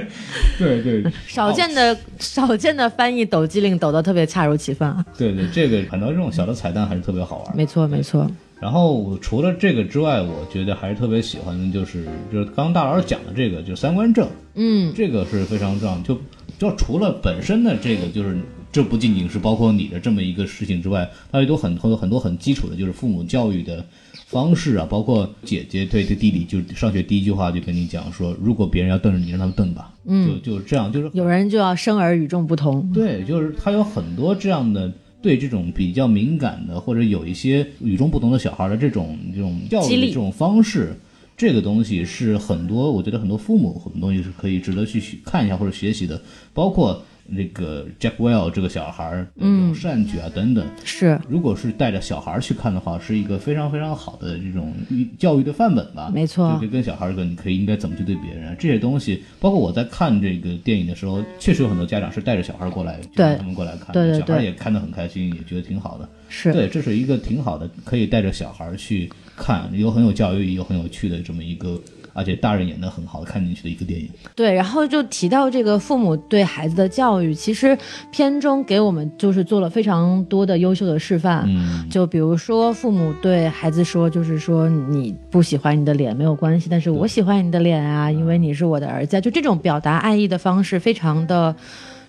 S3: 对对哦
S2: 少见的少见的翻译抖机灵抖得特别恰如其分啊。
S3: 对对，这个很多这种小的彩蛋还是特别好玩。
S2: 没错没错，
S3: 然后除了这个之外，我觉得还是特别喜欢的就是就是刚刚大老师讲的这个，就是三观正，
S2: 嗯，
S3: 这个是非常重要。就就除了本身的这个就是这不仅仅是包括你的这么一个事情之外，它也都很很多很多很基础的，就是父母教育的方式啊，包括姐姐对对弟弟，就是上学第一句话就跟你讲说，如果别人要瞪着你，让他们瞪吧，嗯，就就是这样，就是
S2: 有人就要生而与众不同，
S3: 对，就是他有很多这样的对这种比较敏感的或者有一些与众不同的小孩的这种这种教
S2: 激
S3: 育
S2: 励
S3: 的这种方式，这个东西是很多我觉得很多父母很多东西是可以值得去学看一下或者学习的，包括那个 Jack Well 这个小孩儿，嗯，善举啊等等，
S2: 是
S3: 如果是带着小孩儿去看的话，是一个非常非常好的这种育教育的范本吧。
S2: 没错
S3: 就可以跟小孩儿说，你可以应该怎么去对别人这些东西。包括我在看这个电影的时候，确实有很多家长是带着小孩儿过来，就
S2: 对
S3: 让他们过来看，
S2: 对对
S3: 小孩儿
S2: 对
S3: 也看得很开心，也觉得挺好的。
S2: 是，
S3: 对，这是一个挺好的，可以带着小孩儿去看，又很有教育意义，又很有趣的这么一个，而且大人演得很好的看进去的一个电影。
S2: 对，然后就提到这个父母对孩子的教育，其实片中给我们就是做了非常多的优秀的示范。
S3: 嗯，
S2: 就比如说，父母对孩子说，就是说你不喜欢你的脸没有关系，但是我喜欢你的脸啊，因为你是我的儿子啊。就这种表达爱意的方式，非常的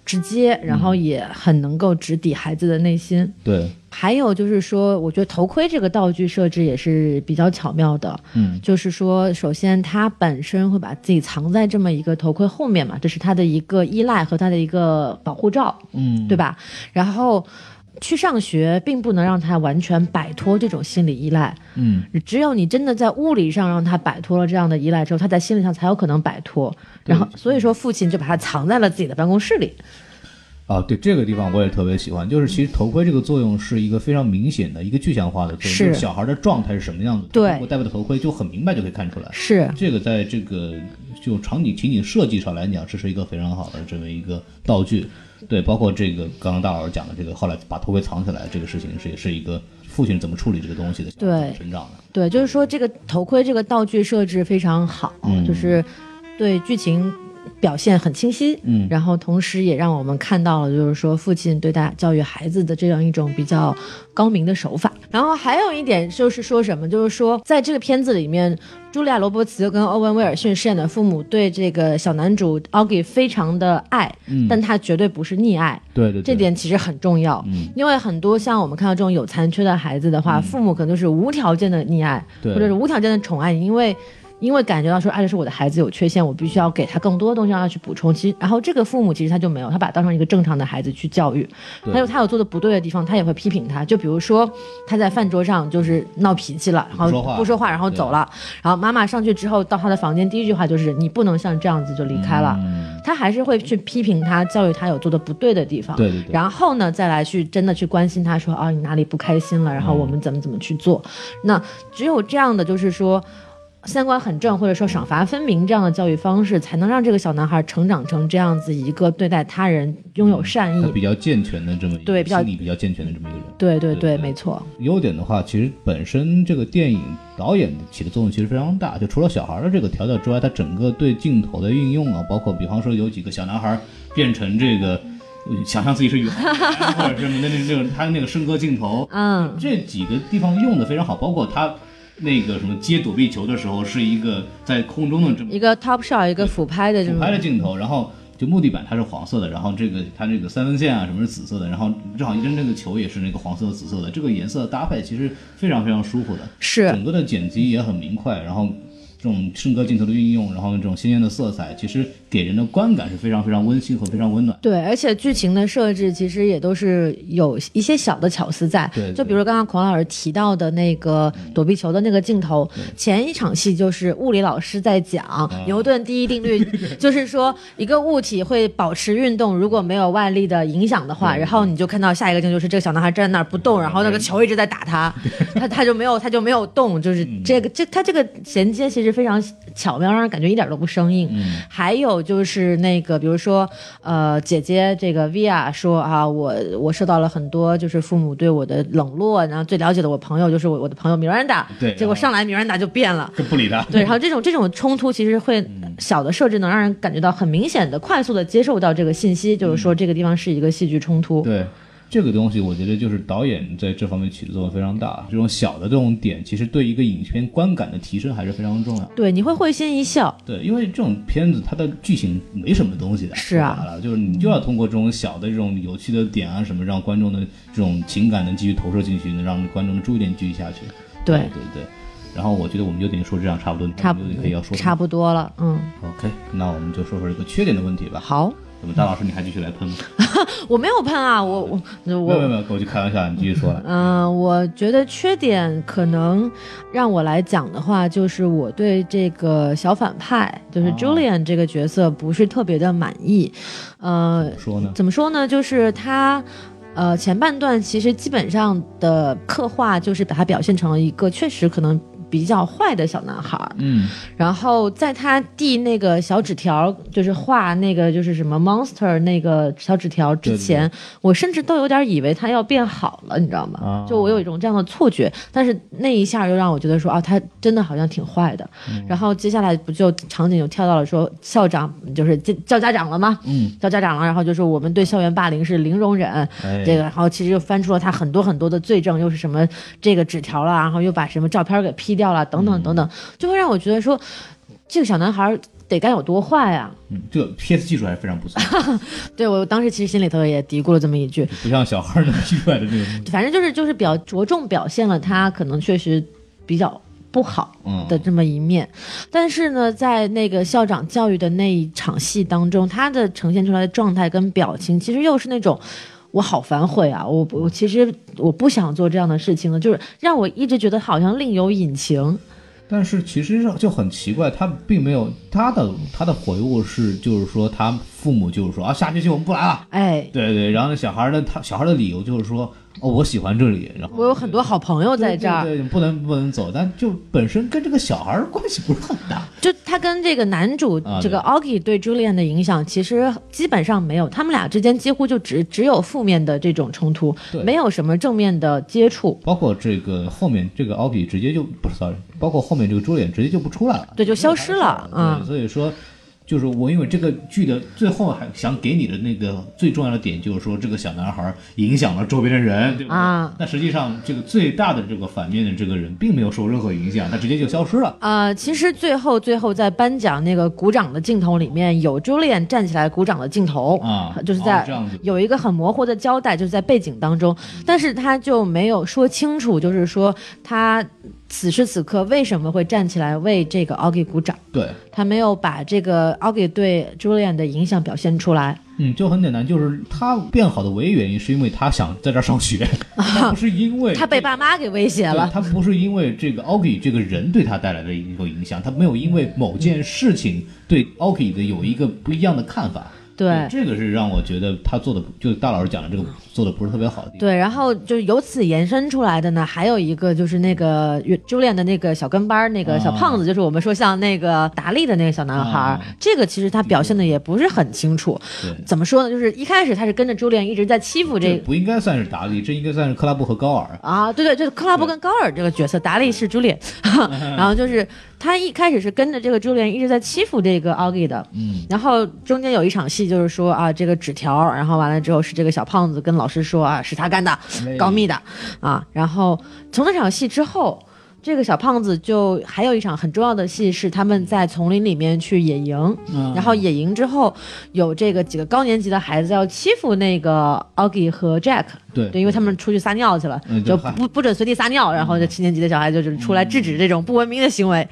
S2: 直接，然后也很能够直抵孩子的内心。
S3: 对，
S2: 还有就是说，我觉得头盔这个道具设置也是比较巧妙的。
S3: 嗯，
S2: 就是说，首先它本身会把自己藏在这么一个头盔后面嘛，这是它的一个依赖和它的一个保护罩，
S3: 嗯，
S2: 对吧？然后去上学并不能让他完全摆脱这种心理依赖，
S3: 嗯，
S2: 只有你真的在物理上让他摆脱了这样的依赖之后，他在心理上才有可能摆脱。然后，所以说父亲就把他藏在了自己的办公室里。
S3: 啊，对这个地方我也特别喜欢，就是其实头盔这个作用是一个非常明显的一个具象化的作用，
S2: 是
S3: 就是小孩的状态是什么样子，
S2: 对
S3: 我戴个头盔就很明白就可以看出来。
S2: 是，
S3: 这个在这个就场景情景设计上来讲，这是一个非常好的这么一个道具。对，包括这个刚刚大老师讲的这个，后来把头盔藏起来这个事情是，也是一个父亲怎么处理这个东西的，
S2: 对
S3: 成长的。
S2: 对，就是说这个头盔这个道具设置非常好，就是对剧情表现很清晰，嗯，然后同时也让我们看到了，就是说父亲对待教育孩子的这样一种比较高明的手法。然后还有一点就是说什么，就是说在这个片子里面，茱莉亚·罗伯茨跟欧文·威尔逊饰演的父母对这个小男主 Augie 非常的爱，但他绝对不是溺爱，
S3: 对嗯对对，
S2: 这点其实很重要，因为很多像我们看到这种有残缺的孩子的话，父母可能就是无条件的溺爱，
S3: 嗯对
S2: 或者是无条件的宠爱，因为因为感觉到说，哎，这是我的孩子有缺陷，我必须要给他更多的东西让他去补充。其实，然后这个父母其实他就没有，他把他当成一个正常的孩子去教育，还有他有做的不对的地方，他也会批评他。就比如说他在饭桌上就是闹脾气了，然后
S3: 不说话
S2: 不说话，然后走了，然后妈妈上去之后到他的房间，第一句话就是你不能像这样子就离开了。
S3: 嗯
S2: 他还是会去批评他，教育他有做的不对的地方。
S3: 对对对
S2: 然后呢，再来去真的去关心他说啊，你哪里不开心了，然后我们怎么怎么去做。
S3: 嗯
S2: 那只有这样的，就是说。三观很正，或者说赏罚分明这样的教育方式，才能让这个小男孩成长成这样子一个对待他人拥有善
S3: 他
S2: 意。
S3: 比较健全的这么一个
S2: 对比较
S3: 心理比较健全的这么一个人。
S2: 对对
S3: 对
S2: 对，
S3: 对
S2: 没错，
S3: 优点的话，其实本身这个电影导演起的作用其实非常大。就除了小孩的这个调教之外，他整个对镜头的运用啊，包括比方说有几个小男孩变成这个，呃想象自己是宇航员或者什么的那那种，他那个升格镜头，
S2: 嗯，
S3: 这几个地方用的非常好。包括他那个什么接躲避球的时候，是一个在空中的这么
S2: 一个 top shot，一个俯拍的这
S3: 俯
S2: 种
S3: 拍的镜头，然后就木地板它是黄色的，然后这个它这个三分线啊什么是紫色的，然后正好一扔这个球也是那个黄色紫色的，这个颜色的搭配其实非常非常舒服的，
S2: 是
S3: 整个的剪辑也很明快，然后。这种升格镜头的运用，然后这种鲜艳的色彩，其实给人的观感是非常非常温馨和非常温暖。
S2: 对，而且剧情的设置其实也都是有一些小的巧思在，
S3: 对对嗯
S2: 就比如刚刚孔老师提到的那个躲避球的那个镜头，前一场戏就是物理老师在
S3: 啊
S2: 讲牛顿第一定律， 就是说一个物体会保持运动，如果没有外力的影响的话，然后你就看到下一个镜头就是这个小男孩站在那儿不动，然后那个球一直在打他，他他就没有他就没有动，就是这个这他这个衔接其实非常巧妙，让人感觉一点都不生硬。还有就是那个，比如说，呃，姐姐这个 Via 说啊，我我受到了很多就是父母对我的冷落，然后最了解的我朋友就是我我的朋友 Miranda，
S3: 对
S2: 结果
S3: 然后
S2: 上来 Miranda 就变了。
S3: 就不理他。
S2: 对，然后这种这种冲突其实会小的设置能让人感觉到很明显的、快速的接受到这个信息，就是说这个地方是一个戏剧冲突。
S3: 对，这个东西我觉得就是导演在这方面起的作用非常大。这种小的这种点，其实对一个影片观感的提升还是非常重要。
S2: 对，你会会心一笑。
S3: 对，因为这种片子它的剧情没什么东西的，
S2: 是啊
S3: 说白了，就是你就要通过这种小的这种有趣的点啊什么，让观众的这种情感能继续投射进去，能让观众的注意点继续下去。
S2: 对
S3: 对对。然后我觉得我们优点说这样差不多，
S2: 差
S3: 我
S2: 不
S3: 们优点可以要说
S2: 差不多了，嗯，
S3: 多。OK，那我们就说说这个缺点的问题吧。
S2: 好，
S3: 怎么大老师你还继续来喷吗？
S2: 我没有喷啊，我我
S3: 没有没有
S2: 我，
S3: 没有，我就开玩笑，你继续说啊来。
S2: 嗯、我觉得缺点可能让我来讲的话，就是我对这个小反派，就是
S3: 哦
S2: Julian 这个角色不是特别的满意，呃，
S3: 说呢？
S2: 怎么说呢？就是他，呃，前半段其实基本上的刻画就是把他表现成了一个确实可能比较坏的小男孩儿。
S3: 嗯，
S2: 然后在他递那个小纸条，就是画那个就是什么 monster 那个小纸条之前，
S3: 对
S2: 我甚至都有点以为他要变好了，你知道吗？
S3: 啊
S2: 就我有一种这样的错觉，但是那一下又让我觉得说啊，他真的好像挺坏的。
S3: 嗯
S2: 然后接下来不就场景又跳到了说校长就是叫叫家长了吗？
S3: 嗯，
S2: 叫家长了，然后就说我们对校园霸凌是零容忍，
S3: 哎，
S2: 这个，然后其实又翻出了他很多很多的罪证，又是什么这个纸条啦，然后又把什么照片给 P 掉了，等等等等，就会让我觉得说，这个小男孩得该有多坏啊！
S3: 嗯，这个 PS 技术还是非常不错，
S2: 对我当时其实心里头也嘀咕了这么一句，
S3: 不像小孩儿能批出来的那种。
S2: 反正就是就是表着重表现了他可能确实比较不好，
S3: 嗯，
S2: 的这么一面，但是呢，在那个校长教育的那一场戏当中，他的呈现出来的状态跟表情，其实又是那种。我好反悔啊！我我其实我不想做这样的事情了，就是让我一直觉得好像另有隐情。
S3: 但是其实上就很奇怪，他并没有他的他的回复是，就是说他父母就是说啊，下学期我们不来了。
S2: 哎，
S3: 对对，然后那小孩儿的他小孩儿的理由就是说，哦，我喜欢这里，然后
S2: 我有很多好朋友
S3: 对
S2: 在这儿，
S3: 对对对不能不能走，但就本身跟这个小孩儿关系不是很大。
S2: 就他跟这个男主、
S3: 啊
S2: 这个 Augie 对 Julian 的影响，其实基本上没有，他们俩之间几乎就只只有负面的这种冲突
S3: 对，
S2: 没有什么正面的接触。
S3: 包括这个后面这个奥比直接就不是 sorry，包括后面这个朱脸直接就不出来了，
S2: 对就消失了嗯
S3: 对，所以说。就是我，因为这个剧的最后还想给你的那个最重要的点，就是说这个小男孩影响了周边的人，对不对？
S2: 啊
S3: 那实际上这个最大的这个反面的这个人并没有受任何影响，他直接就消失了。
S2: 呃，其实最后最后在颁奖那个鼓掌的镜头里面，有 Julian 站起来鼓掌的镜头
S3: 啊
S2: 就是
S3: 哦
S2: 在、
S3: 这样子
S2: 有一个很模糊的交代，就是在背景当中，但是他就没有说清楚，就是说他此时此刻为什么会站起来为这个 Augie 鼓掌，
S3: 对，
S2: 他没有把这个 Augie 对 Julian 的影响表现出来。
S3: 嗯，就很简单，就是他变好的唯一原因是因为他想在这儿上 学，他不是因为
S2: 他被爸妈给威胁
S3: 对，
S2: 了，
S3: 他不是因为这个 Oki 这个人对他带来的一个影响，他没有因为某件事情对 Oki 的有一个不一样的看法。
S2: 对。
S3: 这个是让我觉得他做的，就是大老师讲的这个做的不是特别好的地方。
S2: 对，然后就由此延伸出来的呢，还有一个就是那个 Julian 的那个小跟班儿那个小胖子，就是我们说像那个达利的那个小男孩儿，
S3: 啊
S2: 这个其实他表现的也不是很清楚。
S3: 对
S2: 怎么说呢？就是一开始他是跟着 Julian 一直在欺负这
S3: 这不应该算是达利，这应该算是克拉布和高尔。
S2: 啊，对对，这是克拉伯跟高尔这个角色，达利是朱莉， 然后就是他一开始是跟着这个朱莉一直在欺负这个奥利的，
S3: 嗯，
S2: 然后中间有一场戏就是说啊，这个纸条，然后完了之后是这个小胖子跟老师说啊，是他干的，告密的啊，然后从那场戏之后。这个小胖子就还有一场很重要的戏是他们在丛林里面去野营，
S3: 嗯
S2: 然后野营之后有这个几个高年级的孩子要欺负那个 Augie 和 Jack，
S3: 对
S2: 对，因为他们出去撒尿去了，
S3: 嗯
S2: 就
S3: 对嗨
S2: 不不准随地撒尿，然后这七年级的小孩就是出来制
S3: 嗯
S2: 止这种不文明的行为。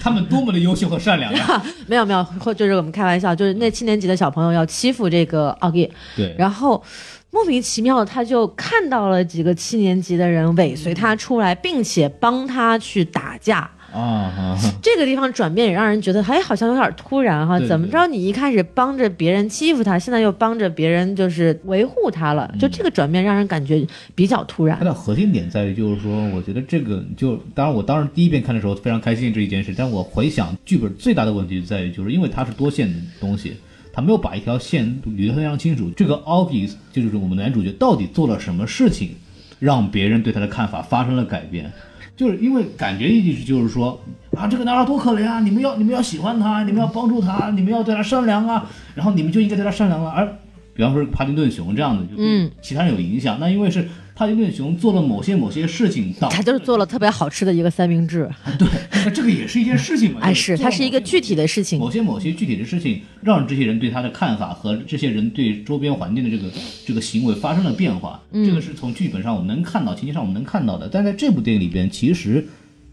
S3: 他们多么的优秀和善良 呀！
S2: 没有没有，或就是我们开玩笑，就是那七年级的小朋友要欺负这个奥利，
S3: 对，
S2: 然后莫名其妙他就看到了几个七年级的人尾随
S3: 嗯
S2: 他出来，并且帮他去打架。
S3: 啊啊，
S2: 这个地方转变也让人觉得，哎，好像有点突然哈、
S3: 对对
S2: 怎么着，你一开始帮着别人欺负他，现在又帮着别人就是维护他了，
S3: 嗯
S2: 就这个转变让人感觉比较突然
S3: 它。的核心点在于，就是说，我觉得这个就，当然我当时第一遍看的时候非常开心这一件事，但我回想剧本最大的问题在于，就是因为它是多线的东西，它没有把一条线捋得非常清楚。这个 Augie 就是我们男主角到底做了什么事情，让别人对他的看法发生了改变。就是因为感觉一直就是说啊，这个男孩多可怜啊！你们要你们要喜欢他，你们要帮助他，你们要对他善良啊，然后你们就应该对他善良了。而比方说帕丁顿熊这样的，就
S2: 嗯，
S3: 其他人有影响。那因为是帕丁顿熊做了某些某些事情，导
S2: 他就是做了特别好吃的一个三明治，
S3: 对，那这个也是一件事情嘛。
S2: 哎，
S3: 就是做了
S2: 它是一个
S3: 某些
S2: 具体的事情
S3: 某，些某些具体的事情，让这些人对他的看法和这些人对周边环境的这个这个行为发生了变化。
S2: 嗯
S3: 这个是从剧本上我们能看到，情节上我们能看到的，但在这部电影里边，其实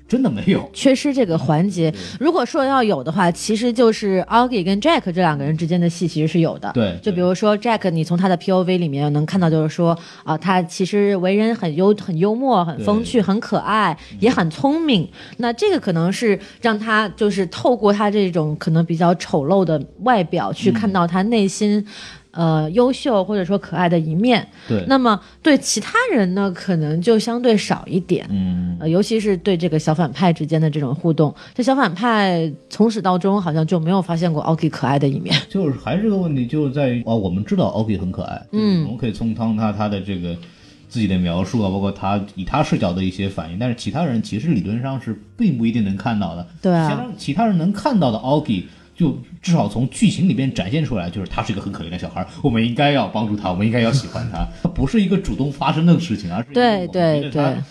S3: 真的没有。
S2: 缺失这个环节。如果说要有的话，其实就是 Augie 跟 Jack 这两个人之间的戏其实是有的。
S3: 对
S2: 就比如说 Jack，你从他的 POV 里面能看到，就是说啊、他其实为人很幽、很幽默、很风趣、很可爱，
S3: 嗯
S2: 也很聪明。那这个可能是让他就是透过他这种可能比较丑陋的外表，
S3: 嗯
S2: 去看到他内心。呃，优秀或者说可爱的一面，
S3: 对，
S2: 那么对其他人呢，可能就相对少一点。
S3: 嗯，
S2: 呃，尤其是对这个小反派之间的这种互动，这小反派从始到终好像就没有发现过奥 K 可爱的一面。
S3: 就是还是这个问题，就是在于啊，我们知道 OK 很可爱，嗯，我们可以从他他他的这个自己的描述啊，包括他以他视角的一些反应，但是其他人其实理论上是并不一定能看到的。
S2: 对
S3: 其他
S2: 啊，
S3: 人其他人能看到的 Augie，就至少从剧情里边展现出来，就是他是一个很可怜的小孩儿，我们应该要帮助他，我们应该要喜欢 他。他不是一个主动发生的事情，啊而是
S2: 对对
S3: 对。呃，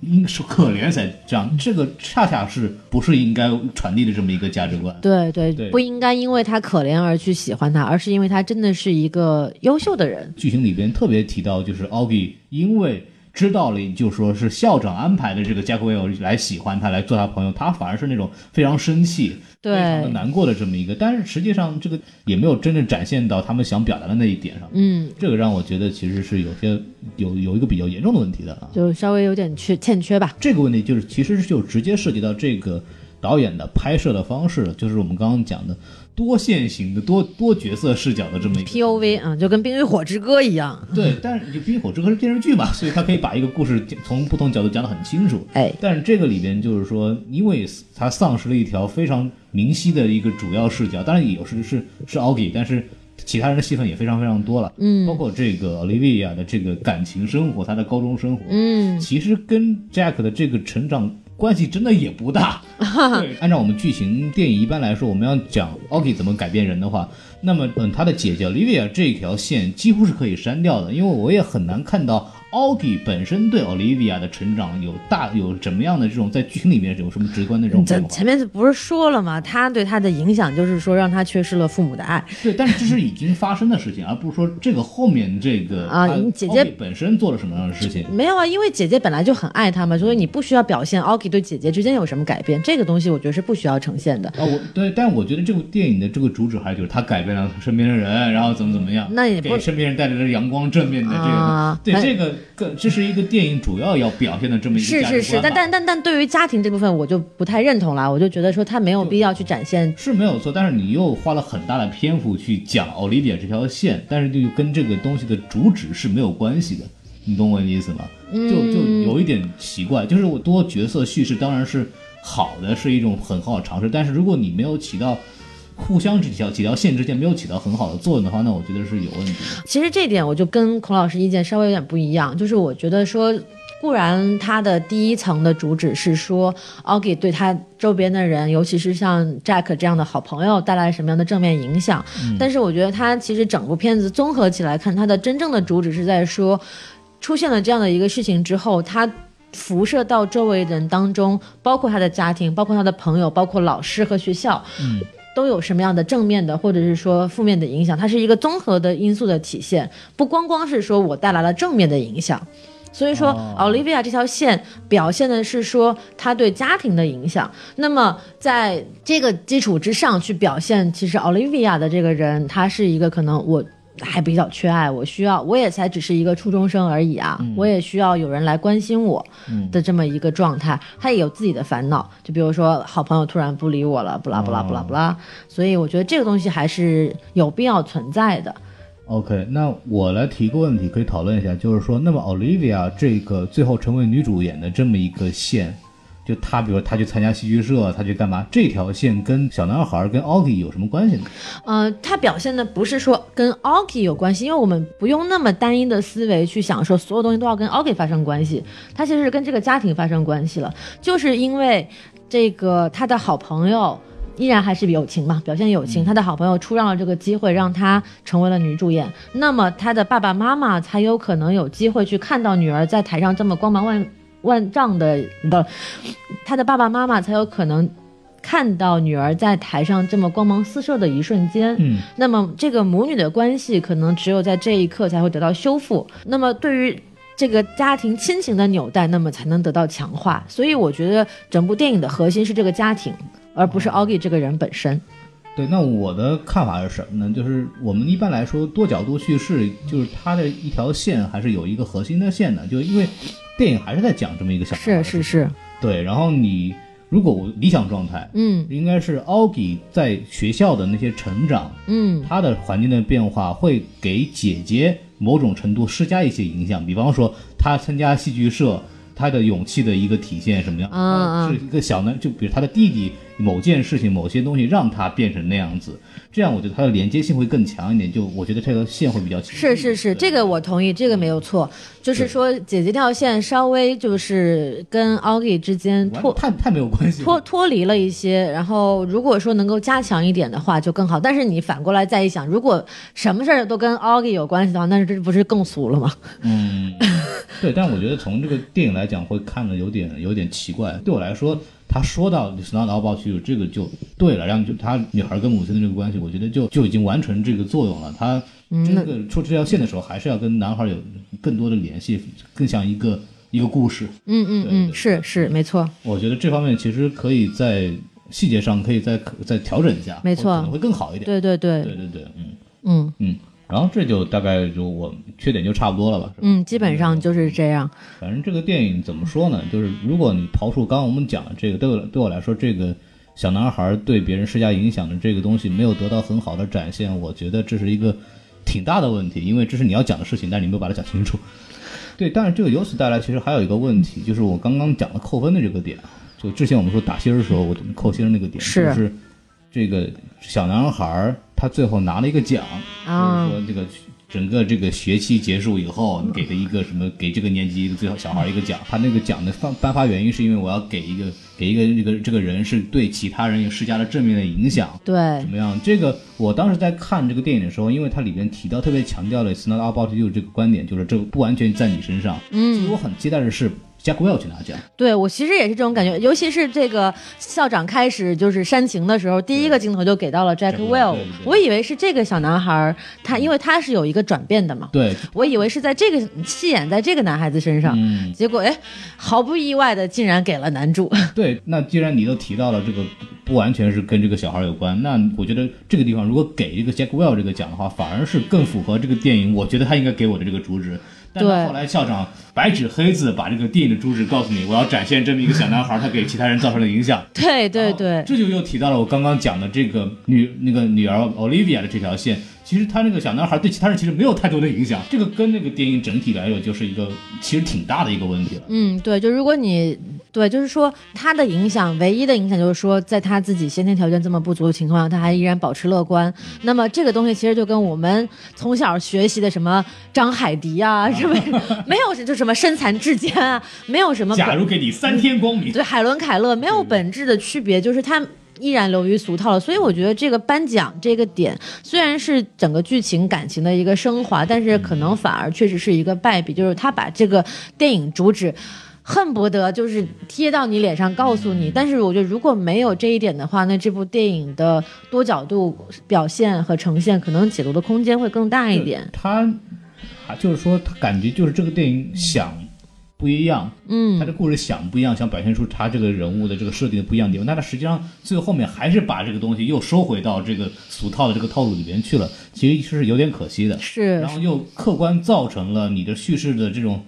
S3: 应是可怜才这样，这个恰恰是不是应该传递的这么一个价值观？
S2: 对对，
S3: 对
S2: 不应该因为他可怜而去喜欢他，而是因为他真的是一个优秀的人。
S3: 剧情里边特别提到，就是奥比因为知道了，就说是校长安排的这个加克维尔来喜欢他，来做他朋友，他反而是那种非常生气、
S2: 对
S3: 非常的难过的这么一个。但是实际上，这个也没有真正展现到他们想表达的那一点上。
S2: 嗯，
S3: 这个让我觉得其实是有些有有一个比较严重的问题的啊。
S2: 就稍微有点缺欠缺吧。
S3: 这个问题就是，其实就直接涉及到这个导演的拍摄的方式了，就是我们刚刚讲的多线型的、多多角色视角的这么一个
S2: POV 啊、就跟《冰与火之歌》一样。
S3: 对，但是你《冰与火之歌》是电视剧嘛， 所以他可以把一个故事从不同角度讲得很清楚。
S2: 哎，
S3: 但是这个里边就是说，因为他丧失了一条非常明晰的一个主要视角，当然也有是是是 Augie，但是其他人的戏份也非常非常多了。嗯，包括这个 Olivia 的这个感情生活，她的高中生活，
S2: 嗯，
S3: 其实跟 Jack 的这个成长关系真的也 不大。对，按照我们剧情电影一般来说，我们要讲 Oki 怎么改变人的话，那么嗯，他的姐姐 Olivia 这条线几乎是可以删掉的，因为我也很难看到 Oki 本身对 Olivia 的成长有大有怎么样的这种在剧情里面有什么直观的这种变
S2: 咱
S3: 化。
S2: 前面不是说了吗？他对他的影响就是说让他缺失了父母的爱。
S3: 对，但是这是已经发生的事情，而不是说这个后面这个
S2: 啊
S3: 他
S2: 你姐姐
S3: Augie 本身做了什么样的事情。
S2: 没有啊，因为姐姐本来就很爱他嘛，所以你不需要表现 Oki 对姐姐之间有什么改变，这个东西我觉得是不需要呈现的。
S3: 啊，我对，但我觉得这部电影的这个主旨还就是他改变了身边的人，然后怎么怎么样，
S2: 那也不
S3: 给身边人带来了阳光正面的这个，
S2: 啊
S3: 对
S2: 那
S3: 这个更这是一个电影主要要表现的这么一个
S2: 是
S3: 价值
S2: 是是，
S3: 观
S2: 但
S3: 吧
S2: 但但但对于家庭这部分，我就不太认同啦。我就觉得说他没有必要去展现，
S3: 是没有错，但是你又花了很大的篇幅去讲 Olivia 这条线，但是就跟这个东西的主旨是没有关系的，你懂我的意思吗？就就有一点奇怪，就是我多角色叙事当然是好的，是一种很好的尝试，但是如果你没有起到。互相这几条几条线之间没有起到很好的作用的话，那我觉得是有问题的。
S2: 其实这点我就跟孔老师意见稍微有点不一样，就是我觉得说。固然，他的第一层的主旨是说 Augie 对他周边的人，尤其是像 Jack 这样的好朋友带来什么样的正面影响。但是我觉得他其实整部片子综合起来看，他的真正的主旨是在说，出现了这样的一个事情之后，他辐射到周围人当中，包括他的家庭，包括他的朋友，包括老师和学校，嗯，都有什么样的正面的或者是说负面的影响？它是一个综合的因素的体现，不光光是说我带来了正面的影响。所以说
S3: 哦
S2: ，Olivia 这条线表现的是说她对家庭的影响。那么在这个基础之上去表现，其实 Olivia 的这个人，她是一个可能我还比较缺爱，我需要，我也才只是一个初中生而已啊，我也需要有人来关心我的这么一个状态。他也有自己的烦恼，就比如说好朋友突然不理我了，不啦不啦不啦不啦。所以我觉得这个东西还是有必要存在的。
S3: OK，那我来提个问题，可以讨论一下，就是说，那么 Olivia 这个最后成为女主演的这么一个线，就她，比如她去参加戏剧社，她去干嘛？这条线跟小男孩跟 Augie 有什么关系呢？
S2: 呃，他表现的不是说跟 Oki 有关系，因为我们不用那么单一的思维去想说所有东西都要跟 Oki 发生关系，他其实是跟这个家庭发生关系了，就是因为这个他的好朋友。依然还是友情嘛，表现友情。他的好朋友出让了这个机会，让她成为了女主演，那么她的爸爸妈妈才有可能有机会去看到女儿在台上这么光芒万万丈的，不，她的爸爸妈妈才有可能。看到女儿在台上这么光芒四射的一瞬间，
S3: 嗯，
S2: 那么这个母女的关系可能只有在这一刻才会得到修复。那么对于这个家庭亲情的纽带，那么才能得到强化。所以我觉得整部电影的核心是这个家庭，而不是 Augie 这个人本身。
S3: 对，那我的看法是什么呢？就是我们一般来说多角度叙事，就是它的一条线还是有一个核心的线的，就因为电影还是在讲这么一个小孩
S2: 是
S3: 儿
S2: 是是，
S3: 对，然后你如果我理想状态，
S2: 嗯
S3: 应该是 Augie 在学校的那些成长，
S2: 嗯
S3: 他的环境的变化会给姐姐某种程度施加一些影响，比方说他参加戏剧社，他的勇气的一个体现什么样，
S2: 嗯嗯
S3: 是一个小男，就比如他的弟弟某件事情、某些东西让他变成那样子，这样我觉得他的连接性会更强一点，就我觉得这条线会比较清晰
S2: 是是是，
S3: 对
S2: 这个我同意，这个没有错。就是说，姐姐这条线稍微就是跟 Augie 之间
S3: 完
S2: 脱
S3: 太太没有关系了，
S2: 脱脱离了一些，然后如果说能够加强一点的话，就更好。但是你反过来再一想，如果什么事儿都跟 Augie 有关系的话，那这不是更俗了吗？
S3: 嗯，对，但我觉得从这个电影来讲，会看的有点有点奇怪。对我来说，他说到《神探老宝奇这个就对了，让就他女孩跟母亲的这个关系，我觉得就就已经完成这个作用了。他
S2: 嗯
S3: 真的出这条线的时候，还是要跟男孩有更多的联系，更像一个一个故事。
S2: 嗯嗯
S3: 对
S2: 嗯，
S3: 对
S2: 是是，没错。
S3: 我觉得这方面其实可以在细节上可以再再调整一下，
S2: 没错
S3: 可能会更好一点。
S2: 对对对，
S3: 对对对，嗯
S2: 嗯
S3: 嗯。然后这就大概就我缺点就差不多了吧，是吧？
S2: 嗯，基本上就是这样。
S3: 反正这个电影怎么说呢？就是如果你刨除刚刚我们讲的这个，对我对我来说，这个小男孩对别人施加影响的这个东西没有得到很好的展现，我觉得这是一个挺大的问题，因为这是你要讲的事情，但是你没有把它讲清楚。对，但是这个由此带来，其实还有一个问题，就是我刚刚讲的扣分的这个点啊，就之前我们说打星儿的时候，我扣星儿那个点，
S2: 是
S3: 就是这个小男孩儿他最后拿了一个奖，
S2: 啊
S3: 就是说这个整个这个学期结束以后，你给的一个什么，给这个年级一个最好小孩一个奖，他那个奖的颁颁发原因是因为我要给一个给一个这个这个人是对其他人有施加了正面的影响。
S2: 对
S3: 怎，么样？这个我当时在看这个电影的时候，因为它里边提到特别强调了 “it's not about you” 这个观点，就是这个不完全在你身上。嗯，所以我很期待的是 Jack Welch 拿奖。
S2: 对我其实也是这种感
S3: 嗯
S2: 觉，尤其是这个校长开始就是煽情的时候，第一个镜头就给到了 Jack
S3: 对
S2: Will，
S3: 对对嗯
S2: 我以为是这个小男孩儿，他因为他是有一个转变的嘛，
S3: 对，
S2: 我以为是在这个戏演在这个男孩子身上，
S3: 嗯，
S2: 结果哎，毫不意外的竟然给了男 主。
S3: 对，那既然你都提到了这个不完全是跟这个小孩有关，那我觉得这个地方如果给这个 Jack Well 这个奖的话，反而是更符合这个电影，我觉得他应该给我的这个主旨。但
S2: 对
S3: 是后来校长白纸黑字把这个电影的主旨告诉你，我要展现这么一个小男孩他给其他人造成的影响。啊
S2: 对对对，
S3: 这就又提到了我刚刚讲的这个女那个女儿 Olivia 的这条线。其实他那个小男孩对其他人其实没有太多的影响，这个跟那个电影整体来说就是一个其实挺大的一个问题了。
S2: 嗯，对，就如果你对，就是说他的影响，唯一的影响就是说，在他自己先天条件这么不足的情况下，他还依然保持乐观。
S3: 嗯
S2: 那么这个东西其实就跟我们从小学习的什么张海迪 啊，什么没有就什么身残志坚啊，没有什么
S3: 假
S2: 本
S3: 如给你三天光明，
S2: 对海伦凯勒没有本质的区别，就是他。依然流于俗套了，所以我觉得这个颁奖这个点虽然是整个剧情感情的一个升华，但是可能反而确实是一个败笔，就是他把这个电影主旨恨不得就是贴到你脸上告诉你，但是我觉得如果没有这一点的话，那这部电影的多角度表现和呈现可能解读的空间会更大一点。
S3: 他啊，就是说他感觉就是这个电影想不一样，嗯，他的故事想不一样，想表现出他这个人物的这个设定的不一样的地方，但他实际上最后面还是把这个东西又收回到这个俗套的这个套路里边去了，其实是有点可惜的。
S2: 是
S3: 然，后又客观造成了你的叙事的这种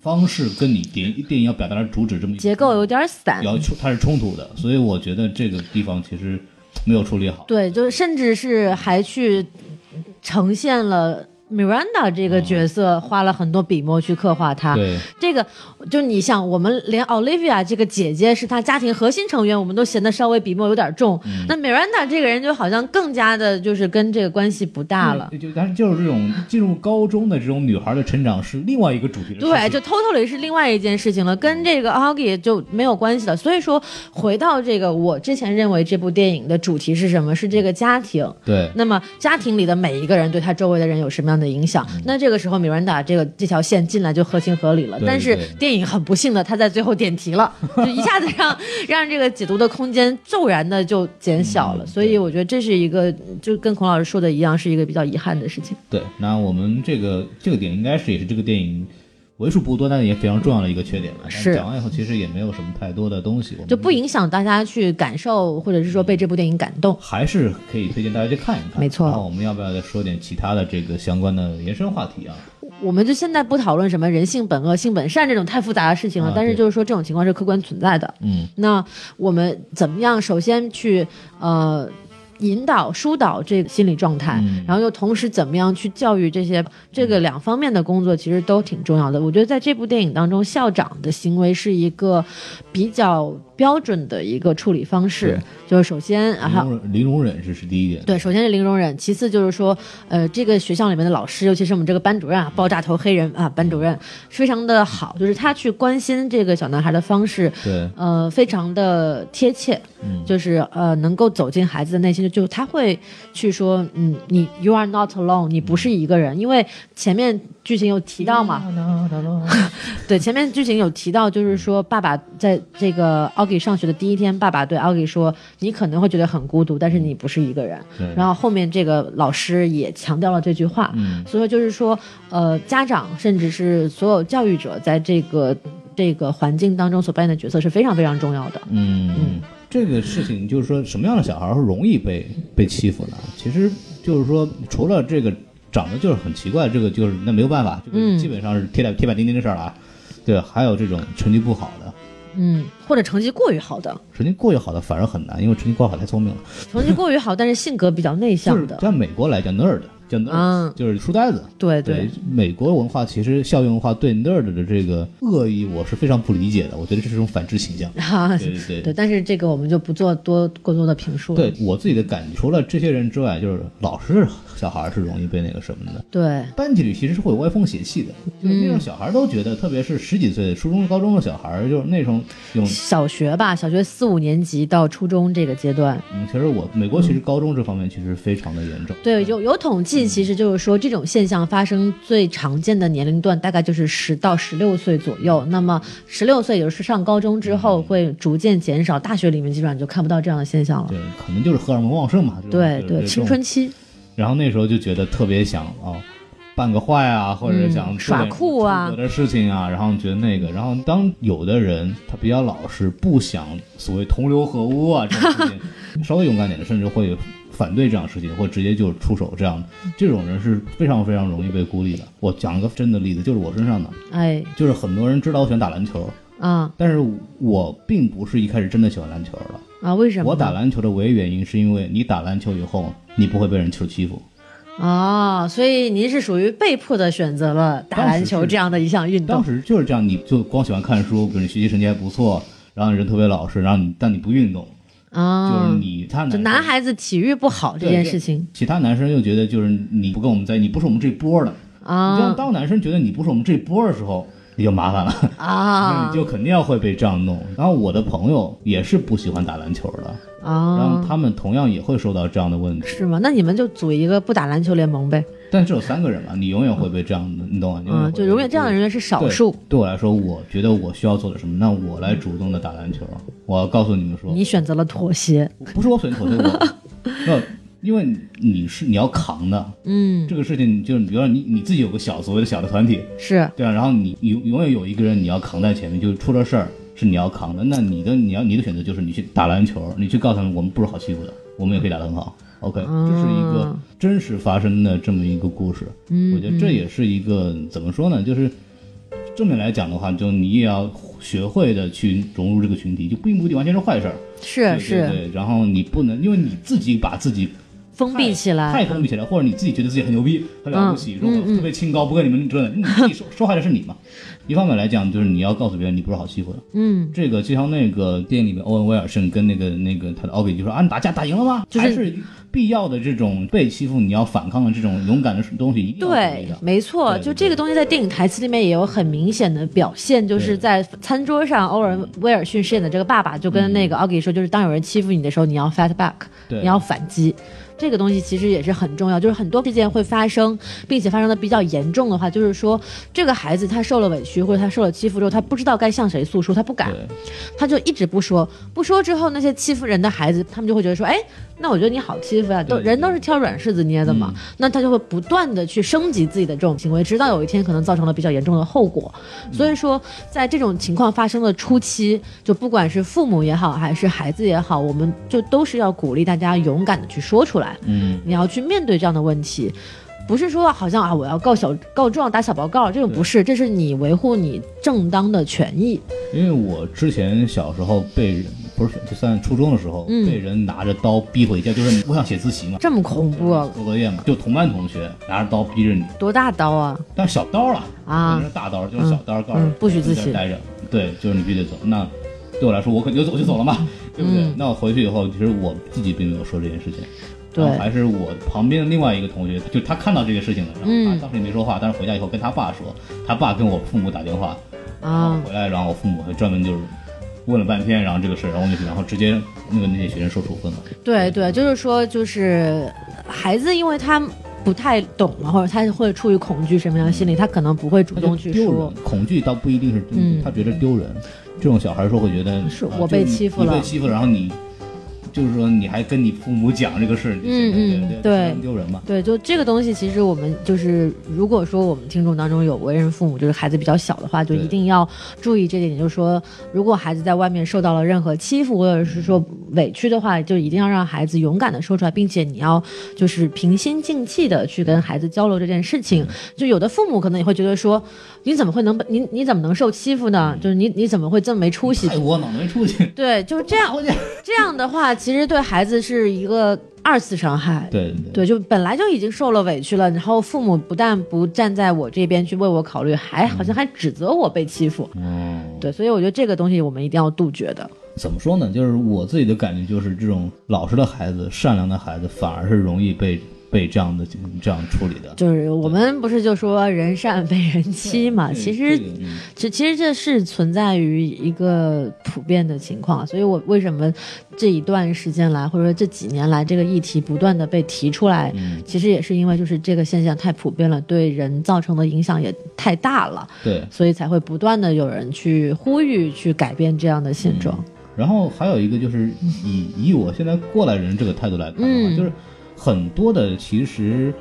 S3: 方式跟你电电影要表达的主旨这么一个
S2: 结构有点散，
S3: 要冲它是冲突的，所以我觉得这个地方其实没有处理好。
S2: 对，就是甚至是还去呈现了 Miranda 这个角色花了很多笔墨去刻画她。
S3: 对，
S2: 这个就你想，我们连 Olivia 这个姐姐是她家庭核心成员，我们都嫌得稍微笔墨有点重。
S3: 嗯
S2: 那 Miranda 这个人就好像更加的，就是跟这个关系不大了。
S3: 就但是就是这种进入高中的这种女孩的成长是另外一个主题的事情。
S2: 对，就 totally 是另外一件事情了，跟这个 Augie 就没有关系了。所以说，回到这个，我之前认为这部电影的主题是什么？是这个家庭。
S3: 对
S2: 那么家庭里的每一个人对他周围的人有什么样的影
S3: 嗯
S2: 响？那这个时候米兰达这个这条线进来就合情合理了。
S3: 对
S2: 但是
S3: 对
S2: 电影很不幸的，他在最后点题 了，就一下子让让这个解读的空间骤然的就减小
S3: 嗯
S2: 了。所以我觉得这是一个，就跟孔老师说的一样，是一个比较遗憾的事情。
S3: 对，那我们这个这个点应该是也是这个电影为数不多，但是也非常重要的一个缺点吧。但
S2: 是
S3: 讲完以后，其实也没有什么太多的东西，我们
S2: 就不影响大家去感受，或者是说被这部电影感动。
S3: 还是可以推荐大家去看一看。
S2: 没错
S3: 然后我们要不要再说点其他的这个相关的延伸话题啊？
S2: 我们就现在不讨论什么人性本恶、性本善这种太复杂的事情了，
S3: 啊
S2: 但是
S3: 对
S2: 就是说这种情况是客观存在的。
S3: 嗯，
S2: 那我们怎么样？首先去呃引导、疏导这个心理状态，
S3: 嗯
S2: 然后又同时怎么样去教育这些这个两方面的工作，其实都挺重要的。我觉得在这部电影当中，校长的行为是一个比较标准的一个处理方式
S3: 对，
S2: 就是首先啊。
S3: 零
S2: 还有
S3: 容忍，零容忍这是第一点。
S2: 对，首先是零容忍，其次就是说，呃，这个学校里面的老师，尤其是我们这个班主任啊，爆炸头黑人啊，班主任非常的好，就是他去关心这个小男孩的方式，
S3: 对，
S2: 呃，非常的贴切，
S3: 嗯
S2: 就是呃，能够走进孩子的内心，就他会去说，嗯，你 you are not alone，你不是一个人，因为前面剧情有提到嘛， 对，前面剧情有提到，就是说爸爸在这个奥吉上学的第一天，爸爸对奥吉说，你可能会觉得很孤独，但是你不是一个人。
S3: 对
S2: 然后后面这个老师也强调了这句话，
S3: 嗯
S2: 所以就是说，呃，家长甚至是所有教育者在这个这个环境当中所扮演的角色是非常非常重要的。
S3: 嗯，嗯，这个事情就是说，什么样的小孩儿容易被被欺负呢？其实就是说，除了这个长得就是很奇怪，这个就是那没有办法，这
S2: 嗯
S3: 个基本上是铁板铁板钉钉的事儿了啊。对，还有这种成绩不好的，
S2: 嗯，或者成绩过于好的，
S3: 成绩过于好的反而很难，因为成绩过好太聪明了。
S2: 成绩过于好，但是性格比较内
S3: 就
S2: 向
S3: 是
S2: 的，
S3: 在美国来讲，nerd 叫 nerd，、
S2: 嗯
S3: 就是书呆子。
S2: 对
S3: 对，美国文化其实校园文化对 nerd 的这个恶意，我是非常不理解的。我觉得这是一种反 制倾向。
S2: 哈，
S3: 对对对
S2: 对，但是这个我们就不做多过多的评述了。
S3: 对我自己的感觉，除了这些人之外，就是老师小孩是容易被那个什么的。
S2: 对
S3: 班级里其实是会有歪风邪气的，就是
S2: 嗯
S3: 那种小孩都觉得，特别是十几岁、初中、高中的小孩，就是那种那种。
S2: 小学吧，小学四五年级到初中这个阶段，
S3: 嗯，其实我美国其实高中这方面其实非常的严重。
S2: 对，有有统
S3: 嗯
S2: 计，其实就是说这种现象发生最常见的年龄段大概就是十到十六岁左右。那么十六岁，也就是上高中之
S3: 嗯
S2: 后，会逐渐减少，大学里面基本上就看不到这样的现象了
S3: 对。，可能就是荷尔蒙旺盛嘛。这种
S2: 对
S3: 就是
S2: 对，
S3: 这种
S2: 青春期，
S3: 然后那时候就觉得特别想哦，扮个坏啊，或者想、
S2: 嗯耍酷啊
S3: 的事情啊，然后觉得那个，然后当有的人他比较老实，不想所谓同流合污啊这种事 情，稍微勇敢点的，甚至会反对这样的事情，或直接就出手这样的，这种人是非常非常容易被孤立的。我讲一个真的例子，就是我身上的，
S2: 哎
S3: 就是很多人知道我喜欢打篮球，
S2: 啊
S3: 但是我并不是一开始真的喜欢篮球的。
S2: 啊，为什么呢？
S3: 我打篮球的唯一原因是因为你打篮球以后，你不会被人欺欺负。
S2: 啊，所以您是属于被迫的选择了打
S3: 当时
S2: 篮球
S3: 是
S2: 这样的一项运动
S3: 当。时就是这样，你就光喜欢看书，比如你学习成绩还不错，然后人特别老实，然后你但你不运动，就
S2: 啊
S3: 是，你他
S2: 就男孩子体育不好这
S3: 对
S2: 件
S3: 对
S2: 事情
S3: 其他男生又觉得就是你不跟我们在，一起，你不是我们这波的。你
S2: 啊
S3: 像当男生觉得你不是我们这波的时候，你就麻烦了，那
S2: 啊
S3: 你就肯定要会被这样弄。然后我的朋友也是不喜欢打篮球的，然后
S2: 啊，
S3: 他们同样也会受到这样的问题。
S2: 是吗？那你们就组一个不打篮球联盟呗，
S3: 但只有三个人嘛，你永远会被这样的，你懂吗？你
S2: 啊，
S3: 会
S2: 就永远这样的人是少
S3: 对
S2: 数。
S3: 对我来说，我觉得我需要做点什么，那我来主动的打篮球。我要告诉你们说，
S2: 你选择了妥协，
S3: 不是我损妥协，我那因为你是你要扛的，
S2: 嗯，
S3: 这个事情就是，比如说你你自己有个小所谓的小的团体，
S2: 是
S3: 对啊，然后你永永远有一个人你要扛在前面，就是出了事儿是你要扛的，那你的你要你的选择就是你去打篮球，你去告诉他们我们不是好欺负的，我们也可以打得很好。OK，
S2: 嗯
S3: 这是一个真实发生的这么一个故事，
S2: 嗯
S3: 我觉得这也是一个怎么说呢，就是正面来讲的话，就你也要学会的去融入这个群体，就并不一定完全是坏事儿。
S2: 是
S3: 对对
S2: 是，
S3: 对，然后你不能因为你自己把自己
S2: 封闭起来，
S3: 太封闭起来，或者你自己觉得自己很牛逼，很了不起，
S2: 嗯
S3: 说我
S2: 嗯嗯
S3: 特别清高，不跟你们争论，你自己受受害的是你嘛。一方面来讲，就是你要告诉别人你不是好欺负的。
S2: 嗯，
S3: 这个就像那个电影里面欧文威尔逊跟那个那个他的奥比就说啊，你打架打赢了吗？
S2: 就是
S3: 还是必要的这种被欺负你要反抗的这种勇敢的东西一定要鼓励
S2: 对
S3: 的，。
S2: 没错，
S3: 对
S2: 就
S3: 对
S2: 这个东西在电影台词里面也有很明显的表现，就是
S3: 对
S2: 在餐桌上，欧文威尔逊饰演的这个爸爸就跟那个奥吉说，就是当有人欺负你的时候，你要 fight back，
S3: 嗯对
S2: 你要反击。这个东西其实也是很重要，就是很多事件会发生，并且发生的比较严重的话，就是说这个孩子他受了委屈或者他受了欺负之后，他不知道该向谁诉说，他不敢，
S3: 对
S2: 他就一直不说，不说之后，那些欺负人的孩子，他们就会觉得说，哎，那我觉得你好欺负啊，都
S3: 对
S2: 人都是挑软柿子捏的嘛，那他就会不断的去升级自己的这种行为，直到有一天可能造成了比较严重的后果。所以说，在这种情况发生的初期，就不管是父母也好，还是孩子也好，我们就都是要鼓励大家勇敢的去说出来，
S3: 嗯，
S2: 你要去面对这样的问题。不是说好像啊，我要告小告状打小报告，这种不是，这是你维护你正当的权益。
S3: 因为我之前小时候被人不是就算初中的时候、
S2: 嗯
S3: 被人拿着刀逼回家，就是我想写自习嘛，
S2: 这么恐怖、啊，
S3: 做作业嘛，就同班同学拿着刀逼着你，
S2: 多大刀啊？
S3: 但是小刀了
S2: 啊
S3: 不是大刀，就是小刀，告诉
S2: 嗯
S3: 你
S2: 不许自
S3: 在这
S2: 习
S3: 儿待着，对，就是你必须得走。那对我来说，我肯定就走就走了嘛，
S2: 嗯
S3: 对不对？那我回去以后，其实我自己并没有说这件事情，
S2: 对
S3: 然后还是我旁边的另外一个同学，就他看到这个事情了，然后啊
S2: 嗯
S3: 他当时也没说话，但是回家以后跟他爸说，他爸跟我父母打电话，
S2: 啊，
S3: 回来，然后我父母还专门就是问了半天，然后这个事儿，然后我就然后直接那个那些学生受处分了。
S2: 对对，就是说，就是孩子，因为他不太懂嘛，或者他会出于恐惧什么样的心理，他可能不会主
S3: 他
S2: 动
S3: 觉
S2: 去
S3: 得丢
S2: 说
S3: 人，。恐惧倒不一定是丢人，
S2: 嗯
S3: 他觉得丢人。这种小孩说会觉得
S2: 是
S3: 啊
S2: 我
S3: 就
S2: 被
S3: 你
S2: 欺负了
S3: 你被欺负，然后你就是说你还跟你父母讲这个事儿，
S2: 嗯嗯
S3: 对
S2: 对
S3: 对，很丢人嘛。
S2: 对，就这个东西，其实我们就是，如果说我们听众当中有为人父母，就是孩子比较小的话，就
S3: 对
S2: 一定要注意这点，就是说，如果孩子在外面受到了任何欺负或者是说委屈的话，就一定要让孩子勇敢的说出来，并且你要就是平心静气的去跟孩子交流这件事
S3: 嗯
S2: 情。就有的父母可能也会觉得说，你怎么会能你你怎么能受欺负呢？就是你你怎么会这么没出息
S3: 嗯太？窝囊了，没出去。
S2: 对，就是这样。
S3: 我去，
S2: 这样的话，其实对孩子是一个二次伤害。
S3: 对对
S2: 对，就本来就已经受了委屈了，然后父母不但不站在我这边去为我考虑，还好像还指责我被欺负。
S3: 嗯，
S2: 对，所以我觉得这个东西我们一定要杜绝的。
S3: 怎么说呢？就是我自己的感觉，就是这种老实的孩子、善良的孩子，反而是容易被被这样的这样处理的。
S2: 就是我们不是就说人善被人欺嘛，
S3: 对
S2: 其实
S3: 这个嗯
S2: 这其实这是存在于一个普遍的情况，所以我为什么这一段时间来，或者说这几年来，这个议题不断的被提出来，
S3: 嗯
S2: 其实也是因为就是这个现象太普遍了，对人造成的影响也太大了，
S3: 对，
S2: 所以才会不断的有人去呼吁去改变这样的现状。
S3: 然后还有一个就是以以我现在过来人这个态度来看的话，
S2: 嗯
S3: 就是很多的其实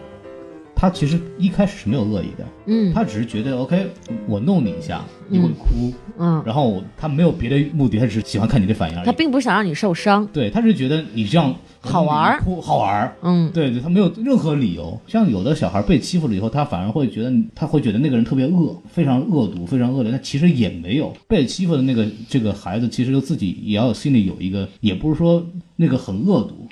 S3: 他其实一开始是没有恶意的，
S2: 嗯
S3: 他只是觉得 OK，我弄你一下，你会哭，
S2: 嗯，
S3: 然后他没有别的目的，他只是喜欢看你的反应而
S2: 他
S3: 已。
S2: 并不想让你受伤。
S3: 对，他是觉得你这样
S2: 好玩儿
S3: 你哭好玩儿。
S2: 嗯，
S3: 对对，他没有任何理由。像有的小孩被欺负了以后，他反而会觉得你，他会觉得那个人特别恶，非常恶毒，非常恶劣。但其实也没有被欺负的那个这个孩子，其实自己也要心里有一个，也不是说那个很恶毒，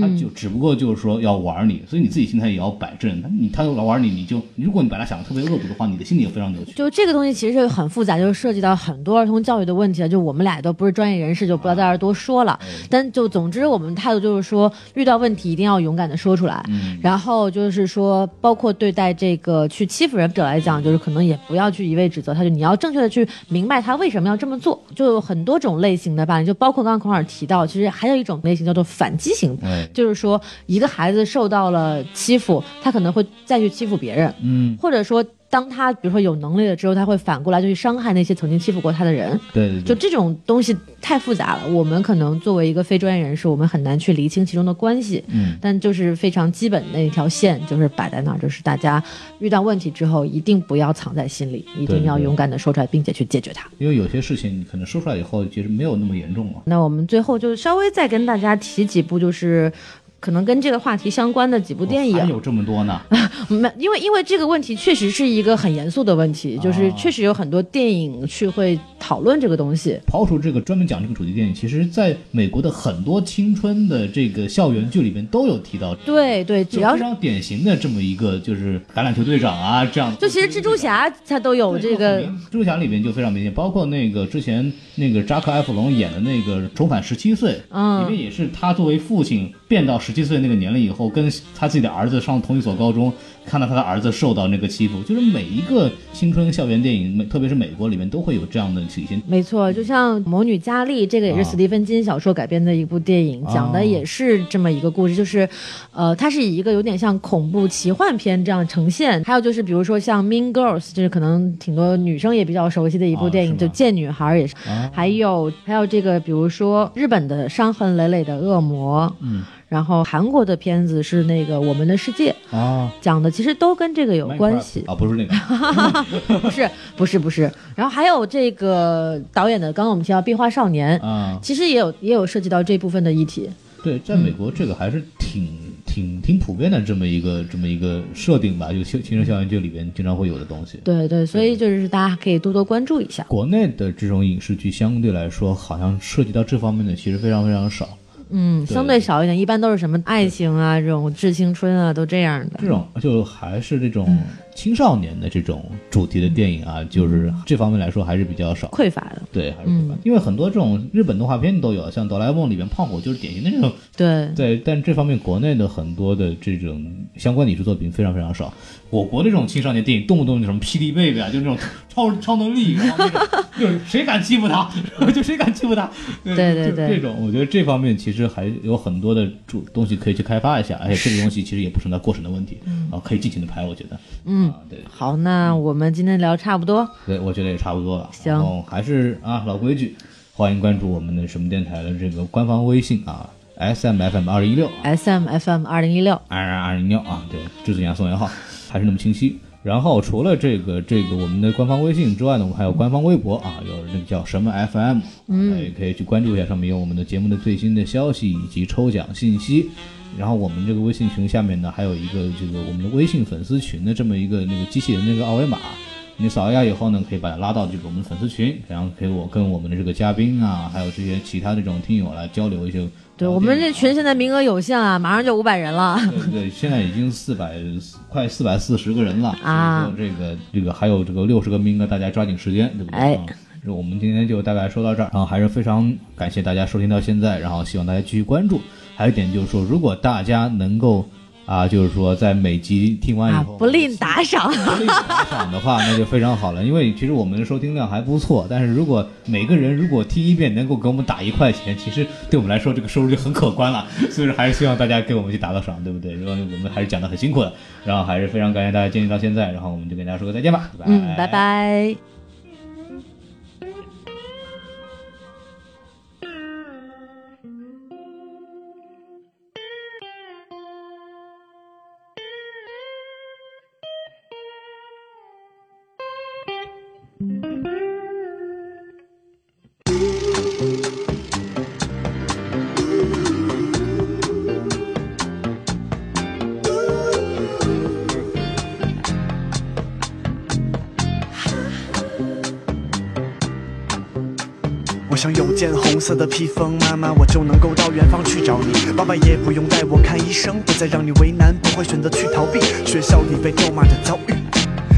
S3: 他就只不过就是说要玩你，所以你自己心态也要摆正。他你他老玩你，你就如果你把他想的特别恶毒的话，你的心里也非常扭曲。
S2: 就这个东西其实很复杂，就是涉及到很多儿童教育的问题了。就我们俩都不是专业人士，就不要在这儿多说了。但就总之，我们态度就是说，遇到问题一定要勇敢的说出来。然后就是说，包括对待这个去欺负人者来讲，就是可能也不要去一味指责他，就你要正确的去明白他为什么要这么做。就有很多种类型的吧，就包括刚刚孔老师提到，其实还有一种类型叫做反击型，
S3: 哎，
S2: 就是说一个孩子受到了欺负，他可能会再去欺负别人。
S3: 嗯，
S2: 或者说，当他比如说有能力了之后，他会反过来就去伤害那些曾经欺负过他的人。
S3: 对对
S2: 就
S3: 对，
S2: 这种东西太复杂了，我们可能作为一个非专业人士，我们很难去厘清其中的关系。
S3: 嗯，
S2: 但就是非常基本的一条线，就是摆在那儿，就是大家遇到问题之后，一定不要藏在心里，一
S3: 对
S2: 定要
S3: 对
S2: 勇敢的说出来，并且去解决它。
S3: 因为有些事情你可能说出来以后，其实没有那么严重了。
S2: 那我们最后就稍微再跟大家提几部，就是可能跟这个话题相关的几部电
S3: 哦还
S2: 影，
S3: 有这么多呢？
S2: 没，因为因为这个问题确实是一个很严肃的问题，就是
S3: 啊
S2: 确实有很多电影去会讨论这个东西。
S3: 刨除这个专门讲这个主题电影，其实在美国的很多青春的这个校园剧里面都有提到，
S2: 对对，只
S3: 就
S2: 要
S3: 非
S2: 是
S3: 常典型的这么一个就是橄榄球队长啊这样，
S2: 就其实蜘蛛侠它都有
S3: 对
S2: 这个
S3: 很明蜘蛛侠里面就非常明显，包括那个之前那个扎克埃弗隆演的那个《重返十七岁》，
S2: 嗯
S3: 里面也是他作为父亲变到十七岁那个年龄以后，跟他自己的儿子上同一所高中，看到他的儿子受到那个欺负，就是每一个青春校园电影，美特别是美国里面都会有这样的体现。
S2: 没错，就像《魔女佳丽》，这个也是
S3: 嗯啊
S2: 斯蒂芬金小说改编的一部电影，
S3: 啊
S2: 讲的也是这么一个故事，就是，呃，它是以一个有点像恐怖奇幻片这样呈现。还有就是，比如说像《Mean Girls》，这是可能挺多女生也比较熟悉的一部
S3: 啊
S2: 电影，
S3: 是吗
S2: 就《贱女孩》也是。
S3: 啊
S2: 还有还有这个，比如说日本的《伤痕累累的恶魔》，
S3: 嗯
S2: 然后韩国的片子是那个《我们的世界》，
S3: 啊，
S2: 讲的其实都跟这个有关系
S3: Minecraft，啊，不是那个，
S2: 不是不是不是。然后还有这个导演的，刚刚我们提到《壁画少年》
S3: 啊，
S2: 其实也有也有涉及到这部分的议题。
S3: 对，在美
S2: 嗯
S3: 国这个还是挺、挺挺普遍的这么一个这么一个设定吧，就青青春校园剧里边经常会有的东西。
S2: 对对，所以就是大家可以多多关注一下。
S3: 国内的这种影视剧相对来说，好像涉及到这方面的其实非常非常少。
S2: 嗯，
S3: 对
S2: 相对少一点，一般都是什么爱情啊，这种致青春啊，都这样的
S3: 这。种就还是这种
S2: 嗯
S3: 青少年的这种主题的电影啊，就是
S2: 嗯
S3: 这方面来说还是比较少。
S2: 匮乏的，
S3: 对，还是比较少因为很多这种日本动画片都有，像《哆啦 A 梦》里面胖虎就是典型的这种
S2: 对，
S3: 对，但这方面国内的很多的这种相关影视作品非常非常少。我国这种青少年电影，动不动就什么霹雳贝贝啊，就那种超超能力，然后那种就是谁敢欺负他， 就谁敢欺负他。对
S2: 对对
S3: 就
S2: 对
S3: 这种我觉得这方面其实还有很多的主东西可以去开发一下，而且这个东西其实也不存在过审的问题，
S2: 嗯
S3: 啊，可以尽情的拍，我觉得。嗯、啊，对
S2: 好，那我们今天聊差不多，
S3: 对，我觉得也差不多了。
S2: 行
S3: 然后还是啊老规矩，欢迎关注我们的什么电台的这个官方微信啊，S M F M 二零一六
S2: S M F M 二零一六，
S3: 安然安然尿啊，对，至尊牙宋元昊还是那么清晰。然后除了这个这个我们的官方微信之外呢，我们还有官方微博啊，有那个叫什么 FM，嗯，也可以去关注一下，上面有我们的节目的最新的消息以及抽奖信息。然后我们这个微信群下面呢，还有一个这个我们的微信粉丝群的这么一个那个机器人那个二维码，你扫一下以后呢，可以把它拉到这个我们粉丝群，然后可以我跟我们的这个嘉宾啊，还有这些其他这种听友来交流一些。
S2: 对我们这群现在名额有限啊，马上就五百人了。
S3: 对对，现在已经四百快四百四十个人了
S2: 啊
S3: 所以说这个这个还有这个六十个名额，大家抓紧时间，对不对？
S2: 哎
S3: 啊我们今天就大概说到这儿，然后还是非常感谢大家收听到现在，然后希望大家继续关注。还有一点就是说，如果大家能够啊，就是说在每集听完以
S2: 啊
S3: 后、，
S2: 不吝打赏，
S3: 可以打赏的话，那就非常好了，因为其实我们的收听量还不错，但是如果每个人如果听一遍能够给我们打一块钱，其实对我们来说这个收入就很可观了，所以说还是希望大家给我们去打个赏，对不对？然后我们还是讲的很辛苦的，然后还是非常感谢大家坚持到现在，然后我们就跟大家说个再见吧，拜拜，
S2: 嗯，拜。拜。
S4: 我想有件红色的披风，妈妈，我就能够到远方去找你。爸爸也不用带我看医生，不再让你为难，不会选择去逃避学校里被咒骂的遭遇。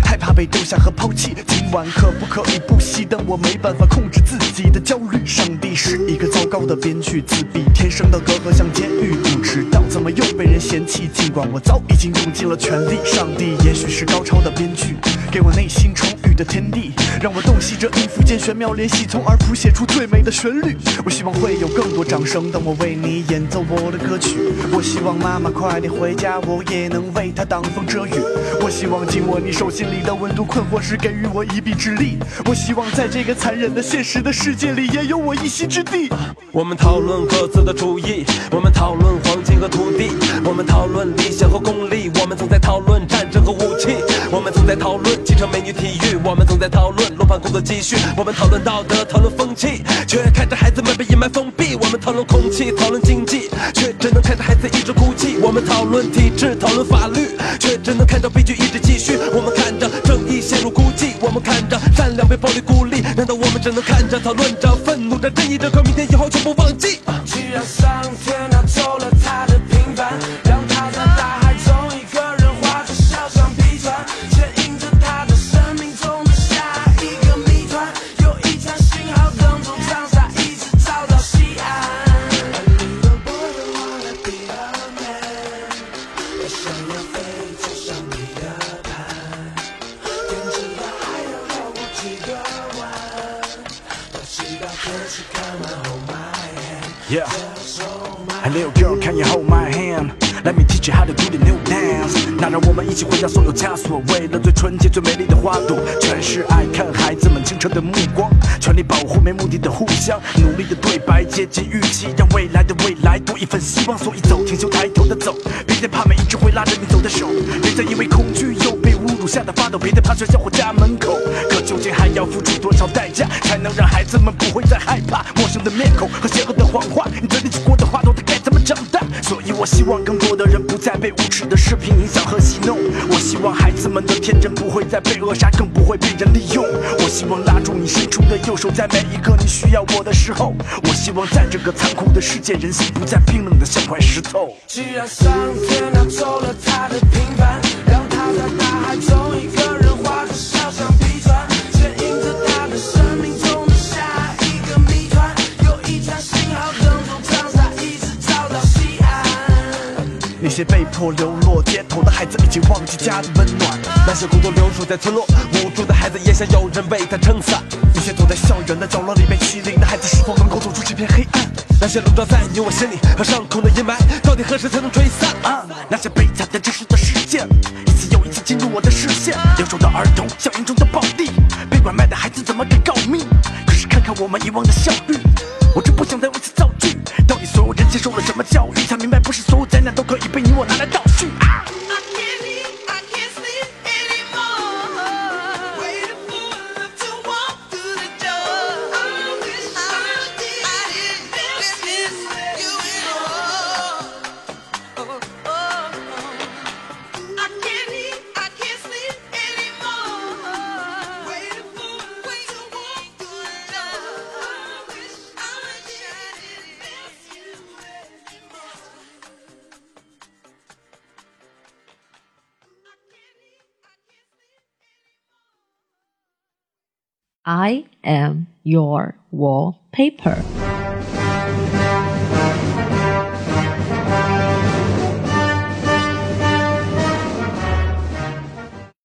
S4: 害怕被丢下和抛弃，今晚可不可以不惜？但我没办法控制自己的焦虑。上帝是一个糟糕的编剧，自闭，天生的隔阂像监狱，不知道怎么又被人嫌弃。尽管我早已经用尽了全力，上帝也许是高超的编剧，给我内心充裕的天地，让我洞悉这音符间玄妙联系，从而谱写出最美的旋律。我希望会有更多掌声，当我为你演奏我的歌曲。我希望妈妈快点回家，我也能为她挡风遮雨。我希望紧握你手心里的温度，困惑时给予我一臂之力。我希望在这个残忍的现实的世界里，也有我一席之地。
S5: 我们讨论各自的主义，我们讨论黄金和土地，我们讨论理想和功利，我们总在讨论战争和武器，我们总在讨论汽车、美女、体育，我们总在讨论。多半工作积蓄。我们讨论道德，讨论风气，却看着孩子们被阴霾封闭。我们讨论空气，讨论经济，却只能看着孩子一直哭泣。我们讨论体制，讨论法律，却只能看着悲剧一直继续。我们看着正义陷入孤寂，我们看着善良被暴力孤立。难道我们只能看着、讨论着、愤怒着、正义着，可明天以后全部忘记？
S6: 既然上天拿走了他的平凡，让他在大海中一个人划着小橡皮船，牵引着他的生命中的下一个谜团。有一条信号等从长沙一直照到西安。A little boy don't wanna be a man，我想要飞，就像你的盼，天知道还要绕过几个弯，到西到天去看完 Hold my hand。
S4: Yeah. Hey, little girl, can you hold my hand? Let me teach you how to do the new dance. 那让我们一起回到所有枷锁，为了最纯洁、最美丽的花朵，全是爱。看孩子们清澈的目光，全力保护没目的的互相，努力的对白，接近预期，让未来的未来多一份希望。所以走，挺胸抬头的走，别再怕没一直会拉着你走的手，别再因为恐惧又被侮辱吓得发抖，别再怕学校或家门口。可究竟还要付出多少代价，才能让孩子们不会再害怕陌生的面孔和邪恶的谎话？你嘴里说过的话，到底该怎么长大？所以我希望更多的人不再被无耻的视频影响和戏弄。我希望孩子们的天真不会再被扼杀，更不会被人利用。我希望拉住你伸出的右手，在每一个你需要我的时候。我希望在这个残酷的世界，人心不再冰冷的像块石头。
S6: 既然上天拿走了他的平凡，让他在大海中一个人划着小橡皮船，牵引着他的生命中的下一个谜团。有一盏信号灯从长沙一直照到西安。
S4: 那些被迫流落街头的孩子已经忘记家的温暖，
S5: 那些孤独留守在村落，无助的孩子也想有人为他撑伞。
S4: 那些躲在校园的角落里被欺凌的孩子是否能够走出这片黑暗？
S5: 那些笼罩在你我心里和上空的阴霾，到底何时才能吹散？
S4: 啊，那些悲惨的真实的事件，一次又一次进入我的视线。留守的儿童，校园中的暴力，被拐卖的孩子怎么敢告密？可是看看我们遗忘的校育，我真不想再为此遭拒。到底所有人接受了什么教育，才明白不是所有灾难都可以被你我拿来倒叙？啊！
S6: I can't eat, I can't sleep anymore. Waiting for love to walk through the door. I wish I didn't miss you at all. oh, I can't eat, I can't sleep anymore. Waiting for love to walk through the door. I wish I didn't miss you anymore.
S2: I am your wallpaper。